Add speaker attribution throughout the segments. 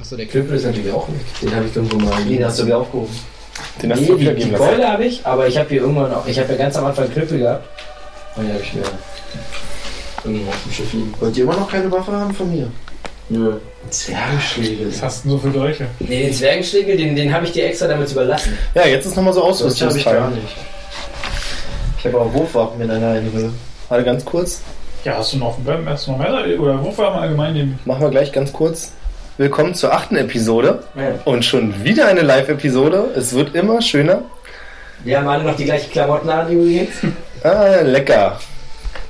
Speaker 1: Achso, der
Speaker 2: Knüppel ist natürlich auch weg. Den habe ich irgendwo mal.
Speaker 3: Den hast du mir aufgehoben.
Speaker 4: Den hast
Speaker 2: nee,
Speaker 4: du
Speaker 2: die,
Speaker 4: wieder
Speaker 2: die
Speaker 4: geben lassen.
Speaker 2: Keule habe ich, aber ich habe hier irgendwann auch. Ich habe ja ganz am Anfang Knüppel gehabt. Und die habe ich mir irgendwo auf dem Schiff liegen.
Speaker 3: Wollt ihr immer noch keine Waffe haben von mir?
Speaker 2: Nö.
Speaker 3: Zwergenschläge.
Speaker 5: Was hast du denn so für Dolche?
Speaker 2: Nee, den Zwergenschlägel, den, den habe ich dir extra damit überlassen.
Speaker 4: Ja, jetzt ist nochmal so
Speaker 3: Das habe ich gar
Speaker 4: Ausrüstungsteil.
Speaker 3: nicht. Ich habe auch Wurfwaffen in einer Einhöhe.
Speaker 4: Warte, ganz kurz.
Speaker 5: Ja, hast du noch einen Bam, hast du noch mehr? Oder Wurf haben allgemein den.
Speaker 4: Machen wir gleich ganz kurz. Willkommen zur achten Episode.
Speaker 2: Ja.
Speaker 4: Und schon wieder eine Live-Episode. Es wird immer schöner.
Speaker 2: Wir haben alle noch die gleichen Klamotten an, übrigens.
Speaker 4: Ah, lecker.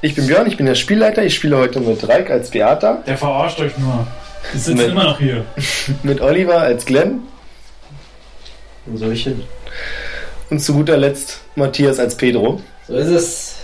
Speaker 4: Ich bin Björn, ich bin der Spielleiter. Ich spiele heute mit Reik als Beata,
Speaker 5: Der verarscht euch nur. Die sitzen
Speaker 4: Nee.
Speaker 5: immer noch hier.
Speaker 4: mit Oliver als Glenn
Speaker 3: Wo soll ich hin?
Speaker 4: und zu guter Letzt Matthias als Pedro.
Speaker 2: So ist es.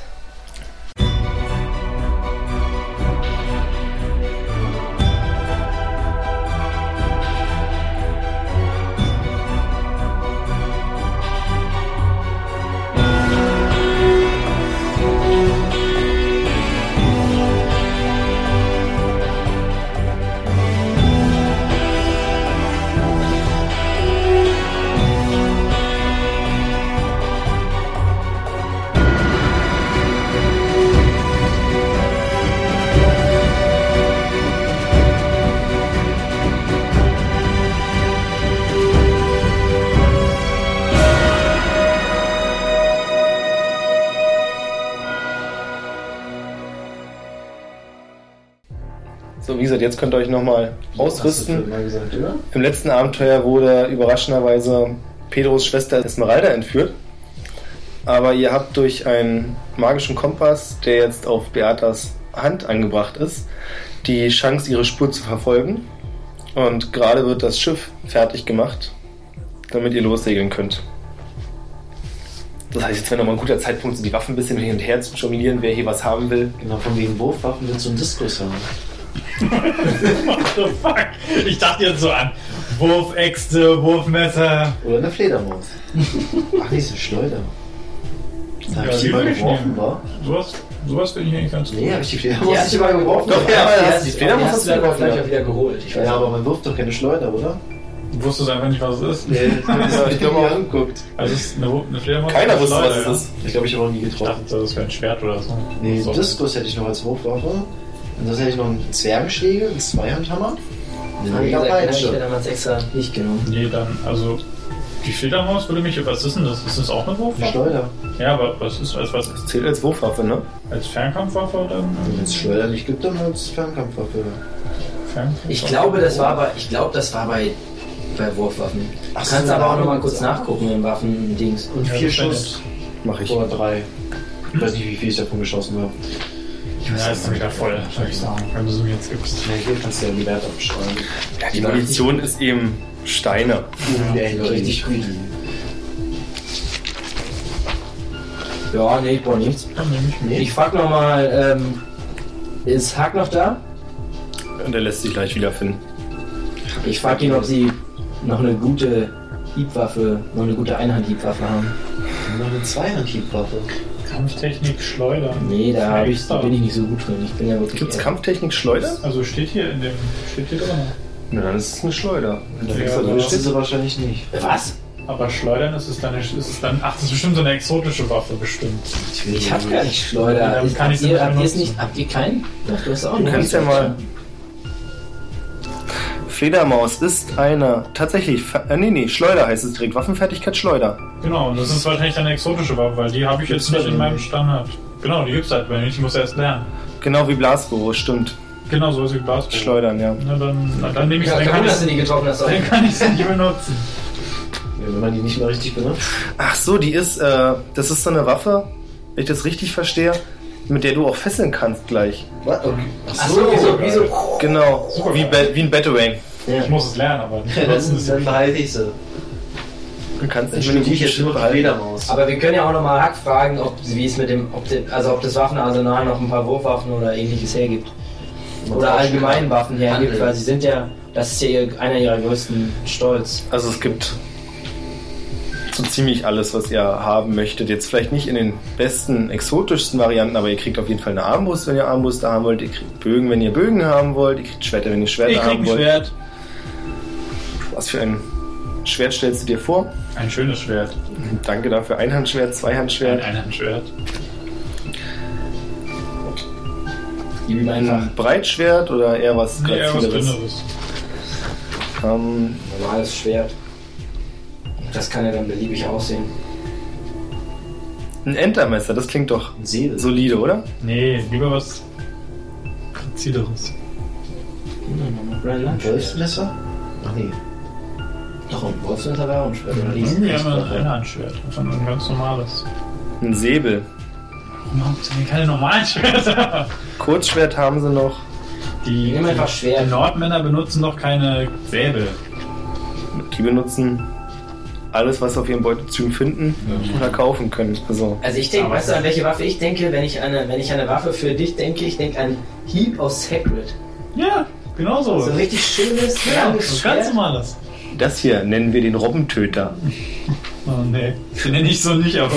Speaker 4: So, wie gesagt, jetzt könnt ihr euch nochmal ausrüsten.
Speaker 3: Hast du mal gesagt, oder?
Speaker 4: Im letzten Abenteuer wurde überraschenderweise Pedros Schwester Esmeralda entführt. Aber ihr habt durch einen magischen Kompass, der jetzt auf Beatas Hand angebracht ist, die Chance, ihre Spur zu verfolgen. Und gerade wird das Schiff fertig gemacht, damit ihr lossegeln könnt. Das heißt, jetzt wäre nochmal ein guter Zeitpunkt, so die Waffen ein bisschen hin und her zu jonglieren, wer hier was haben will.
Speaker 3: Genau, von wegen Wurfwaffen willst du einen Diskus haben.
Speaker 5: What the fuck? Ich dachte jetzt so an. Wurfäxte, Wurfmesser.
Speaker 3: Oder eine Fledermaus. Ach, diese Schleuder. Da habe
Speaker 5: Ja,
Speaker 3: ich die
Speaker 5: die
Speaker 3: mal
Speaker 5: will ich
Speaker 3: geworfen,
Speaker 5: nehmen.
Speaker 3: war?
Speaker 5: Sowas, sowas finde ich eigentlich ganz gut.
Speaker 3: Nee, habe ich die Fledermaus
Speaker 2: hast du mal geworfen?
Speaker 4: Doch, ja,
Speaker 2: die
Speaker 4: ja,
Speaker 2: hast,
Speaker 4: die
Speaker 2: die
Speaker 4: Fledermaus
Speaker 2: hast
Speaker 4: hast
Speaker 2: du dann
Speaker 4: du
Speaker 2: aber
Speaker 4: geworfen,
Speaker 2: gleich
Speaker 4: ja.
Speaker 2: auch wieder geholt. Ich weiß
Speaker 3: Ja,
Speaker 2: nicht.
Speaker 3: aber man wirft doch keine Schleuder, oder?
Speaker 5: Du wusstest einfach nicht, was es ist.
Speaker 3: Nee, ich habe
Speaker 4: ich glaub auch.
Speaker 3: angeguckt.
Speaker 5: Also es ist eine, Wurf- eine Fledermaus.
Speaker 4: Keiner
Speaker 5: eine
Speaker 4: wusste, was
Speaker 5: Schleuder,
Speaker 4: es
Speaker 5: ja.
Speaker 4: ist.
Speaker 3: Ich glaube, ich habe auch nie
Speaker 5: Ich
Speaker 3: getroffen.
Speaker 5: dachte, das wäre ein Schwert oder so.
Speaker 3: Nee,
Speaker 5: so.
Speaker 3: Diskus hätte ich noch als Wurfwaffe. Und das hätte ich noch einen Zwergenschläge, einen Zweihandhammer. Und
Speaker 2: Wie
Speaker 3: Dann
Speaker 2: gesagt,
Speaker 3: habe
Speaker 2: den habe ich dir
Speaker 3: ich
Speaker 2: damals extra nicht genommen.
Speaker 5: Nee, dann, also. Die Fledermaus würde mich. Was ist denn das? Ist das auch eine
Speaker 3: eine
Speaker 5: Wurfwaffe?
Speaker 3: Schleuder.
Speaker 5: Ja, aber was ist als was?
Speaker 4: Das zählt als Wurfwaffe, ne?
Speaker 5: Als Fernkampfwaffe oder?
Speaker 3: Wenn es Schleuder nicht gibt, dann als Fernkampfwaffe.
Speaker 5: Fernkampfwaffe?
Speaker 2: Ich glaube, das war bei, ich glaube, das war bei, bei Wurfwaffen. Du
Speaker 3: Ach so,
Speaker 2: kannst aber auch
Speaker 3: da-
Speaker 2: nochmal kurz nachgucken im Waffendings.
Speaker 3: Und
Speaker 5: Ja,
Speaker 3: vier
Speaker 5: das war
Speaker 3: Schuss.
Speaker 4: Mach ich.
Speaker 3: Oder drei. Ich weiß nicht, wie viel ich davon geschossen habe.
Speaker 5: Ja, ist schon wieder voll, würde ich sagen, wenn du so jetzt gibst.
Speaker 3: Na, hier kannst du ja die Werte abschreiben.
Speaker 4: Ja, die Munition ist eben Steine.
Speaker 3: Ja, richtig gut.
Speaker 2: Ja, nee, ich brauche nichts.
Speaker 5: Dann nehme ich
Speaker 2: Ich frag nochmal, ähm, ist Hack noch da?
Speaker 4: Und der lässt sich gleich wiederfinden.
Speaker 2: Ich frag ihn, ob sie noch eine gute Hiebwaffe, noch eine gute Einhandhiebwaffe haben.
Speaker 3: Noch eine Zweihandhiebwaffe.
Speaker 5: Kampftechnik schleudern.
Speaker 2: Nee, da, hab ich, da
Speaker 5: Extra.
Speaker 2: bin ich nicht so gut drin. Ich bin ja wirklich.
Speaker 4: Gibt's
Speaker 2: eher-
Speaker 4: Kampftechnik Schleuder?
Speaker 5: Also steht hier in dem. Steht hier drin.
Speaker 4: Na, dann ist es eine Schleuder.
Speaker 3: Und dann
Speaker 5: Ja,
Speaker 3: ja,
Speaker 5: aber
Speaker 3: ist
Speaker 5: das-
Speaker 3: sie wahrscheinlich nicht.
Speaker 2: Was?
Speaker 5: Aber schleudern ist es dann. Ist es dann ach, das ist bestimmt so eine exotische Waffe, bestimmt.
Speaker 2: Ich hab gar nicht Schleuder.
Speaker 5: Dann kann
Speaker 2: habt,
Speaker 5: ich's
Speaker 2: ihr,
Speaker 5: nicht
Speaker 2: habt ihr es
Speaker 5: benutzen.
Speaker 2: nicht? Habt ihr keinen? Doch, du hast auch
Speaker 4: Du
Speaker 2: einen.
Speaker 4: kannst ja mal. Fledermaus ist eine. Tatsächlich. Fe- Äh, nee, nee, Schleuder heißt es direkt. Waffenfertigkeit Schleuder.
Speaker 5: Genau, und das ist wahrscheinlich dann eine exotische Waffe, weil die habe ich jetzt nicht in meinem Standard. Genau, die gibt's halt, wenn nicht, ich muss erst lernen.
Speaker 4: Genau wie Blasbüro, stimmt.
Speaker 5: Genau, so ist wie Basketball.
Speaker 4: Schleudern, ja.
Speaker 5: Na dann, na, dann nehme ich
Speaker 2: Ja,
Speaker 5: dann
Speaker 2: kann
Speaker 5: kann
Speaker 2: dass du
Speaker 5: ich
Speaker 2: die getroffen hast.
Speaker 5: dann kann ich sie nicht benutzen.
Speaker 3: Wenn man die nicht mal richtig benutzt.
Speaker 4: Ach so, die ist. Äh, das ist so eine Waffe, wenn ich das richtig verstehe, mit der du auch fesseln kannst gleich.
Speaker 3: Was? Okay.
Speaker 2: Achso, wieso? wieso?
Speaker 4: Genau.
Speaker 5: Super
Speaker 4: Wie,
Speaker 5: geil.
Speaker 4: Ba- wie ein Battering.
Speaker 2: Ja.
Speaker 5: Ich muss es lernen, aber nicht
Speaker 3: Ja,
Speaker 5: benutzen
Speaker 3: dann,
Speaker 5: ist
Speaker 3: dann
Speaker 5: ja
Speaker 3: behalte ich sie.
Speaker 4: Du kannst
Speaker 3: Dann
Speaker 4: nicht mit
Speaker 3: studiere
Speaker 4: dem
Speaker 3: ich jetzt
Speaker 4: Schiff
Speaker 3: nur noch die
Speaker 4: behalten.
Speaker 3: Fledermaus.
Speaker 2: Aber wir können ja auch nochmal Hack fragen, ob wie es mit dem, ob der, also ob das Waffenarsenal noch ein paar Wurfwaffen oder ähnliches hergibt. Oder allgemein Waffen hergibt,
Speaker 3: Handel.
Speaker 2: weil sie sind ja, das ist ja ihr, einer ihrer größten Stolz.
Speaker 4: Also es gibt so ziemlich alles, was ihr haben möchtet. Jetzt vielleicht nicht in den besten, exotischsten Varianten, aber ihr kriegt auf jeden Fall eine Armbrust, wenn ihr Armbrust haben wollt. Ihr kriegt Bögen, wenn ihr Bögen haben wollt. Ihr kriegt Schwerter, wenn ihr Schwerter
Speaker 5: Ich krieg
Speaker 4: haben
Speaker 5: ein
Speaker 4: wollt.
Speaker 5: Schwert.
Speaker 4: Was für ein Schwert stellst du dir vor?
Speaker 5: Ein schönes Schwert.
Speaker 4: Danke dafür. Einhandschwert,
Speaker 5: Ein
Speaker 4: Zweihandschwert.
Speaker 5: Einhandschwert.
Speaker 2: Gib ihm einfach
Speaker 4: Ein Breitschwert oder eher was
Speaker 5: Nee, eher was
Speaker 4: Grazileres?
Speaker 5: dünneres.
Speaker 4: ähm,
Speaker 2: ein normales Schwert. Das kann ja dann beliebig aussehen.
Speaker 4: ein Entermesser, das klingt doch
Speaker 3: Ein Säbel.
Speaker 4: solide, oder?
Speaker 5: Nee, lieber was grazileres.
Speaker 2: Oder ein
Speaker 3: Ein
Speaker 2: Langschwert.
Speaker 3: Wolfsmesser? Ach nee.
Speaker 2: Doch, ein Wolfsmesser wäre auch ein Schwert. Oder
Speaker 5: Wir
Speaker 2: ein
Speaker 5: haben ein Einhandschwert. Einfach nur ein ganz normales.
Speaker 4: Ein Säbel.
Speaker 5: Warum haben sie denn keine normalen Schwerter?
Speaker 4: Kurzschwert haben sie noch.
Speaker 5: Die,
Speaker 2: Nimm einfach
Speaker 5: die
Speaker 2: Schwert.
Speaker 5: Nordmänner benutzen doch keine Säbel.
Speaker 4: Die benutzen alles, was sie auf ihren Beutezügen finden oder kaufen können. Also,
Speaker 2: Also ich denke,
Speaker 5: Aber
Speaker 2: weißt du, an welche Waffe ich denke, wenn ich eine, wenn ich eine Waffe für dich denke, ich denke an Heap of Sacred.
Speaker 5: Ja, genau so.
Speaker 2: So ein richtig schönes,
Speaker 5: ja,
Speaker 2: langes
Speaker 5: das ganz
Speaker 2: Schwert.
Speaker 5: normales.
Speaker 4: das hier nennen wir den Robbentöter.
Speaker 5: Oh nee, den nenne ich so nicht, aber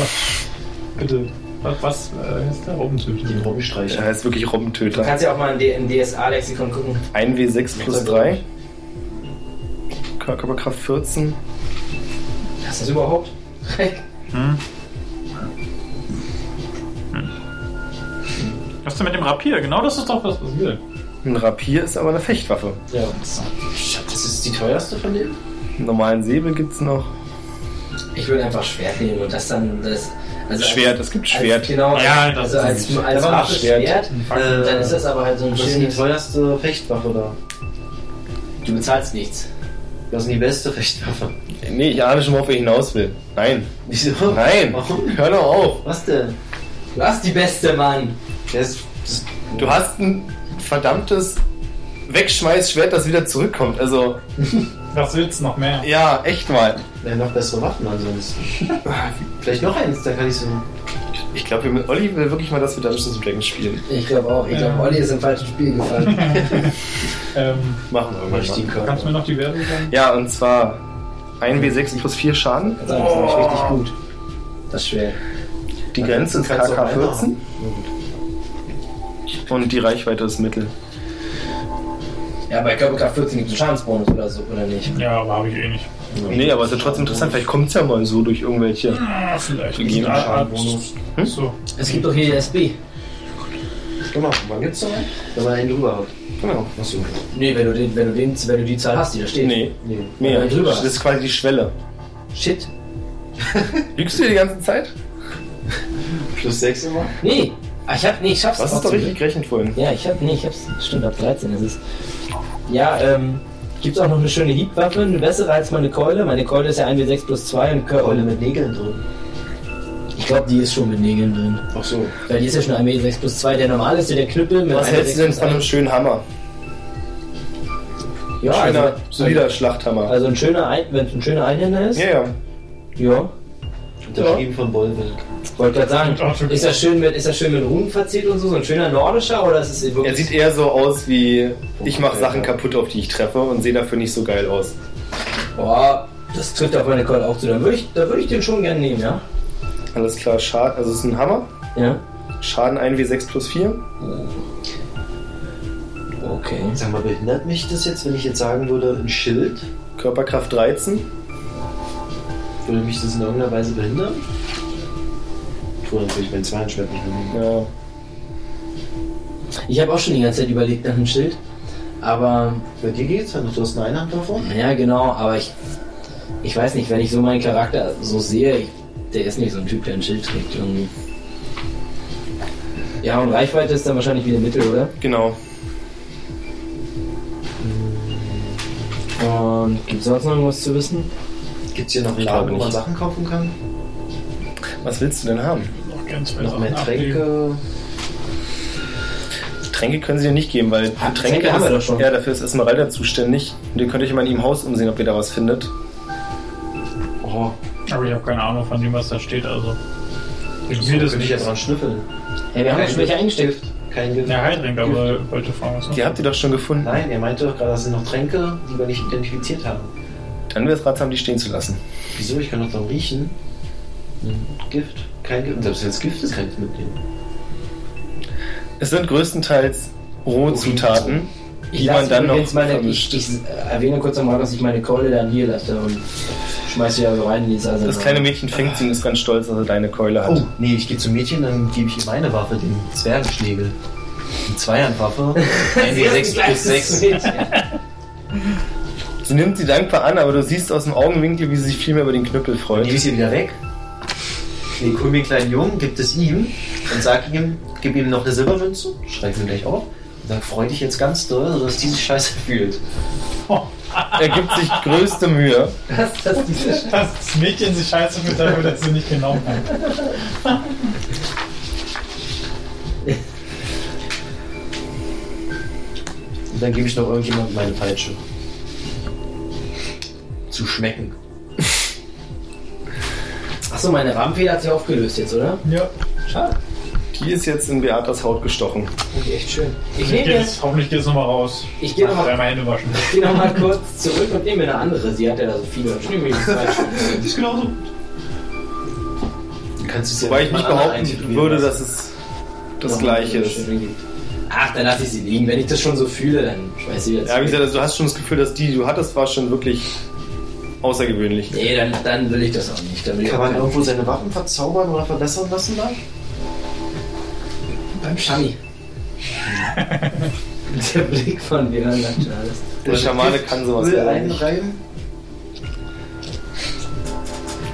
Speaker 5: bitte. Was, was äh, ist der
Speaker 3: Den
Speaker 5: Robbentyp?
Speaker 4: Der
Speaker 3: Robbenstreicher.
Speaker 4: heißt wirklich
Speaker 2: Du
Speaker 4: Robbentöter.
Speaker 2: kannst ja auch mal in D- in DSA-Lexikon gucken.
Speaker 4: 1W6 plus 3. Kör- Körperkraft 14.
Speaker 2: Hast du das überhaupt?
Speaker 5: Hm? Was denn mit dem Rapier? Genau das ist doch was passiert.
Speaker 4: Ein Rapier ist aber eine Fechtwaffe.
Speaker 2: ja.
Speaker 3: Das ist die teuerste von denen?
Speaker 4: Einen normalen Säbel gibt's noch.
Speaker 2: Ich würde einfach Schwert nehmen und das dann das. Also
Speaker 4: Schwert, es gibt Schwert.
Speaker 2: Als, genau,
Speaker 5: Ja,
Speaker 2: als-
Speaker 5: das
Speaker 2: also
Speaker 5: ist
Speaker 2: als,
Speaker 5: ein
Speaker 2: als
Speaker 3: Aber
Speaker 2: Waffe
Speaker 4: Schwert.
Speaker 2: Schwert.
Speaker 3: Äh,
Speaker 2: Dann ist das aber halt so ein
Speaker 3: Das ist die
Speaker 2: schönes.
Speaker 3: teuerste Fechtwaffe da.
Speaker 2: Du bezahlst nichts.
Speaker 3: Das ist die beste Fechtwaffe.
Speaker 4: Nee, ich ahne schon, worauf er hinaus will. Nein.
Speaker 3: Wieso?
Speaker 4: Nein.
Speaker 3: Warum?
Speaker 4: Hör doch auf.
Speaker 3: Was denn?
Speaker 2: Du hast die beste, Mann.
Speaker 3: Der ist, das,
Speaker 4: Du hast ein verdammtes Wegschmeißschwert, das wieder zurückkommt. Also,
Speaker 5: Was willst du noch mehr?
Speaker 4: ja, echt mal.
Speaker 3: der hat noch bessere Waffen ansonsten. Vielleicht noch eins, da kann ich so.
Speaker 4: Ich glaube, wir mit Olli will wirklich mal, dass wir Dungeons and Dragons spielen.
Speaker 2: Ich glaube auch. Ich
Speaker 5: glaub,
Speaker 2: glaube,
Speaker 5: Olli
Speaker 2: Olli ist im falschen Spiel gefallen.
Speaker 5: Ähm,
Speaker 4: Machen wir irgendwann. mal.
Speaker 5: kannst du mir noch die Werbung sagen?
Speaker 4: Ja, und zwar 1W6 plus 4 Schaden.
Speaker 2: Das ist nämlich richtig gut. Das Schwert.
Speaker 4: Die Grenze ist
Speaker 3: Kannst du auch einer
Speaker 4: KK14
Speaker 3: haben.
Speaker 4: und die Reichweite ist Mittel.
Speaker 2: Ja, bei Körperkraft 14 gibt es einen Schadensbonus oder so, oder nicht?
Speaker 5: Ja, aber habe ich eh nicht.
Speaker 4: Nee, aber es ist ja trotzdem interessant. Vielleicht kommt es ja mal so durch irgendwelche.
Speaker 5: Ah, vielleicht.
Speaker 4: Wir gehen
Speaker 5: Art- Art-
Speaker 3: Schadenbonus.
Speaker 4: Hm?
Speaker 5: So.
Speaker 2: Es gibt doch hier SB.
Speaker 3: Genau, wann gibt's da einen? Wenn man einen drüber hat.
Speaker 4: Genau.
Speaker 3: Achso.
Speaker 2: Nee, wenn du, den, wenn, du den, wenn du die Zahl hast, die da steht.
Speaker 4: Nee,
Speaker 3: Nee.
Speaker 4: nee,
Speaker 2: Ja, drüber.
Speaker 4: das ist quasi die Schwelle.
Speaker 2: Shit.
Speaker 4: Lügst du die ganze Zeit?
Speaker 3: Plus 6 immer?
Speaker 2: Nee. Ah, ich hab, nee, ich schaff's
Speaker 4: Das ist doch
Speaker 2: trotzdem.
Speaker 4: richtig gerechnet vorhin.
Speaker 2: Ja, ich hab, nee, ich hab's, stimmt, ab 13 ist es. Ja, ähm, gibt's auch noch eine schöne Hiebwaffe, eine bessere als meine Keule. Meine Keule ist ja 1W6 plus 2 und
Speaker 3: Keule
Speaker 2: Keule,
Speaker 3: mit Nägeln drin.
Speaker 2: ich glaube, die ist schon mit Nägeln drin.
Speaker 3: Ach so.
Speaker 2: Weil die ist ja schon 1W6 plus 2, der normal ist, der Knüppel mit
Speaker 4: Was
Speaker 2: 1W6
Speaker 4: hältst du denn
Speaker 2: plus
Speaker 4: von einem
Speaker 2: 1.
Speaker 4: schönen Hammer?
Speaker 2: Ja,
Speaker 4: Schöner,
Speaker 2: also,
Speaker 4: solider Schlachthammer.
Speaker 2: also ein schöner, Ein- wenn's ein schöner Einhänder ist.
Speaker 4: Ja, ja.
Speaker 2: ja.
Speaker 3: Unterschrieben von Bollwill.
Speaker 2: Wollte gerade sagen, ist das schön mit, ist das schön mit Ruhm verziert und so, so ein schöner nordischer oder ist es
Speaker 4: Er
Speaker 2: wirklich?
Speaker 4: sieht eher so aus wie, ich mache Sachen kaputt, auf die ich treffe und sehe dafür nicht so geil aus.
Speaker 2: Boah, das trifft auf meine Keule auch zu. Da würde ich, da würde ich den schon gerne nehmen, ja?
Speaker 4: Alles klar, Schaden, also es ist ein Hammer.
Speaker 2: Ja.
Speaker 4: Schaden 1W6 plus 4.
Speaker 2: Okay.
Speaker 3: Sag mal, behindert mich das jetzt, wenn ich jetzt sagen würde, ein Schild?
Speaker 4: Körperkraft 13.
Speaker 3: Würde mich das in irgendeiner Weise behindern? Tue natürlich mein Zweihandschwert nicht mehr.
Speaker 4: Ja.
Speaker 2: Ich habe auch schon die ganze Zeit überlegt nach einem Schild. Aber,
Speaker 3: Bei dir geht's ja noch, du hast eine Einhand davon.
Speaker 2: ja genau, aber ich, ich weiß nicht, wenn ich so meinen Charakter so sehe, ich, der ist nicht so ein Typ, der ein Schild trägt irgendwie. Ja, und Reichweite ist dann wahrscheinlich wieder Mittel, oder?
Speaker 4: Genau.
Speaker 2: Und gibt es sonst noch irgendwas zu wissen?
Speaker 3: Gibt's hier noch einen
Speaker 4: Ich glaube
Speaker 3: Laden, wo man
Speaker 4: nicht.
Speaker 3: Sachen kaufen kann?
Speaker 4: Was willst du denn haben?
Speaker 5: Noch ganz
Speaker 3: noch mehr Tränke?
Speaker 4: Tränke können sie dir nicht geben, weil
Speaker 2: Ah,
Speaker 4: für
Speaker 2: Tränke haben wir doch schon.
Speaker 4: Ja, dafür ist Esmeralda zuständig. Und ihr könnt euch mal in ihrem Haus umsehen, ob ihr da was findet.
Speaker 3: Oh,
Speaker 5: Aber ich habe keine Ahnung von dem, was da steht. Also. Ich
Speaker 3: so
Speaker 5: sehe das
Speaker 3: könnte ich
Speaker 5: nicht.
Speaker 3: ja dran schnüffeln.
Speaker 2: Ja, wir haben ja
Speaker 4: Äh,
Speaker 2: schon welche eingesteckt.
Speaker 3: Kein Gewinn.
Speaker 5: Ja, Heidrink, aber wollte fragen, was noch.
Speaker 4: Die habt ihr doch schon gefunden.
Speaker 3: Nein, er meinte doch gerade, das sind noch Tränke, die wir nicht identifiziert haben.
Speaker 4: Dann wäre es ratsam, die stehen zu lassen.
Speaker 3: Wieso? Ich kann doch dann riechen. Gift. Kein Gift. Selbst wenn es Gift ist, kann ich es mitnehmen.
Speaker 4: Es sind größtenteils Rohzutaten,
Speaker 2: Ich
Speaker 4: die
Speaker 2: lasse
Speaker 4: man dann noch
Speaker 2: übrigens meine, ich,
Speaker 4: vermischt.
Speaker 2: ich erwähne kurz nochmal, dass ich meine Keule dann hier lasse und schmeiße sie also rein in die Sase.
Speaker 4: Das kleine Mädchen fängt sie und ist ganz stolz, dass er deine Keule hat.
Speaker 3: Oh, nee, ich gehe zum Mädchen, dann gebe ich ihm meine Waffe, den Zwergenschnäbel. Die Zweihandwaffe. 1W6 plus 6.
Speaker 4: Sie nimmt sie dankbar an, aber du siehst aus dem Augenwinkel, wie sie sich viel mehr über den Knüppel freut.
Speaker 3: Nehme ich sie wieder weg. Den krummigen kleinen Jungen gibt es ihm und sag ihm, gib ihm noch eine Silbermünze, schreib mir gleich auf. Und sag, freu dich jetzt ganz doll, dass diese Scheiße fühlt.
Speaker 4: Er gibt sich größte Mühe.
Speaker 2: Dass, dass diese
Speaker 5: Dass das Mädchen sich scheiße fühlt dafür, dass sie nicht genommen hat.
Speaker 3: Und dann gebe ich noch irgendjemandem meine Peitsche. Zu schmecken.
Speaker 2: Achso, meine Rahmenfeder hat sich aufgelöst jetzt, oder?
Speaker 5: Ja.
Speaker 2: Schade.
Speaker 4: Die ist jetzt in Beatas Haut gestochen.
Speaker 2: Okay, echt schön. Ich
Speaker 5: Geht
Speaker 2: nehme jetzt.
Speaker 5: es, hoffentlich geht es nochmal raus.
Speaker 2: Ich gehe noch mal-
Speaker 5: Dreimal Hände waschen.
Speaker 2: Ich gehe nochmal kurz zurück und nehme eine andere. Sie hat ja da so viele. Ich nehme die zwei Stück.
Speaker 5: Das ist genauso.
Speaker 3: Du kannst es ja
Speaker 4: Wobei ich
Speaker 3: mit
Speaker 4: nicht
Speaker 3: einem anderen
Speaker 4: behaupten
Speaker 3: eintätowieren
Speaker 4: würde,
Speaker 3: lassen.
Speaker 4: dass es das gleiche ist.
Speaker 2: Ach, dann lasse ich sie liegen. Wenn ich das schon so fühle, dann schmeiß sie jetzt.
Speaker 4: Ja, wie gesagt, also du hast schon das Gefühl, dass die, die du hattest, war schon wirklich außergewöhnlich.
Speaker 2: Nee, dann, dann will ich das auch nicht. Dann will ich
Speaker 3: Kann
Speaker 2: auch
Speaker 3: man
Speaker 2: keinen-
Speaker 3: irgendwo seine Waffen verzaubern oder verbessern lassen da?
Speaker 2: beim Schami. Der Blick von Björn sagt schon alles.
Speaker 4: Der Schamane kann sowas
Speaker 3: Öl
Speaker 4: leider nicht.
Speaker 3: einreiben?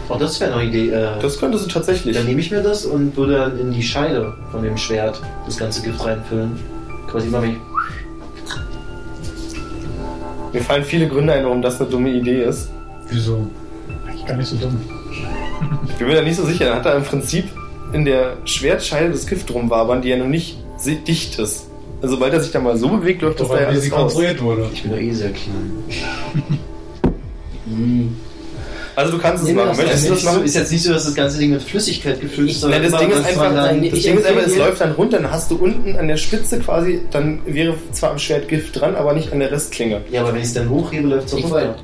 Speaker 3: Oh, das wäre noch eine Idee. Äh,
Speaker 4: Das könntest du tatsächlich.
Speaker 3: Dann nehme ich mir das und würde dann in die Scheide von dem Schwert das ganze Gift reinfüllen. Quasi mal mich.
Speaker 4: Mir fallen viele Gründe ein, warum das eine dumme Idee ist.
Speaker 5: Wieso? Eigentlich gar nicht so dumm.
Speaker 4: Ich bin mir da nicht so sicher. Dann hat er im Prinzip in der Schwertscheide das Gift rumwabern, die ja noch nicht se- dicht ist. Also, sobald er sich da mal so bewegt, läuft das da ja
Speaker 5: Weil
Speaker 4: alles
Speaker 5: also sie
Speaker 4: raus.
Speaker 5: konstruiert wurde.
Speaker 3: Ich bin doch eh sehr klein.
Speaker 2: Hm,
Speaker 4: Also, du kannst es
Speaker 2: Nee, nee,
Speaker 4: machen.
Speaker 2: das
Speaker 4: Möchtest du das
Speaker 3: Ist, so,
Speaker 4: machen?
Speaker 3: ist jetzt nicht so, dass das ganze Ding mit Flüssigkeit gefüllt ist,
Speaker 4: Nein, das
Speaker 3: immer,
Speaker 4: Ding ist
Speaker 3: dass man
Speaker 4: einfach,
Speaker 3: dann-
Speaker 4: das
Speaker 2: ich
Speaker 4: Ding ist einfach, es
Speaker 2: empfehle-
Speaker 4: läuft dann runter, dann hast du unten an der Spitze quasi, dann wäre zwar am Schwert Gift dran, aber nicht an der Restklinge.
Speaker 3: Ja, aber wenn ich es dann hochhebe, läuft es auch
Speaker 2: Ich
Speaker 3: runter.
Speaker 2: wollte.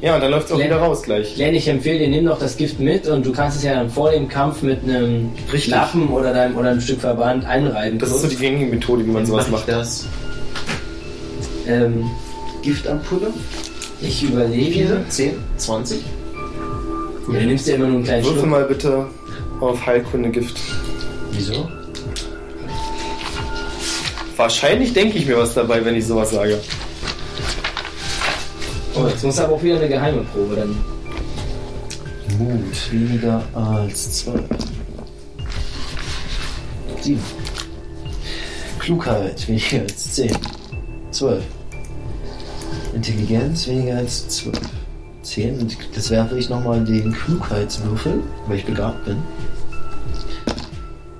Speaker 4: Ja, und dann läuft es auch
Speaker 2: Len-
Speaker 4: wieder raus gleich.
Speaker 2: Len, ich empfehle dir, nimm noch das Gift mit und du kannst es ja dann vor dem Kampf mit einem
Speaker 4: Richtig.
Speaker 2: Lappen oder, deinem, oder einem Stück Verband einreiben.
Speaker 4: Das ist so die gängige Methode, wie man sowas
Speaker 3: Mach
Speaker 4: macht.
Speaker 3: Ich das
Speaker 2: ähm,
Speaker 3: Giftampulle?
Speaker 2: ich überlege.
Speaker 3: Viele? 10? 20?
Speaker 2: Ja, du nimmst ja immer nur einen kleinen
Speaker 4: Würfe
Speaker 2: Schluck.
Speaker 4: mal bitte auf Heilkunde Gift.
Speaker 3: Wieso?
Speaker 4: Wahrscheinlich denke ich mir was dabei, wenn ich sowas sage.
Speaker 2: Oh, jetzt muss aber auch wieder eine geheime Probe dann.
Speaker 3: Mut. Weniger als 12. 7. Klugheit. Weniger als 10. 12. Intelligenz. Weniger als 12. 10. Und das werfe ich nochmal in den Klugheitswürfel, weil ich begabt bin.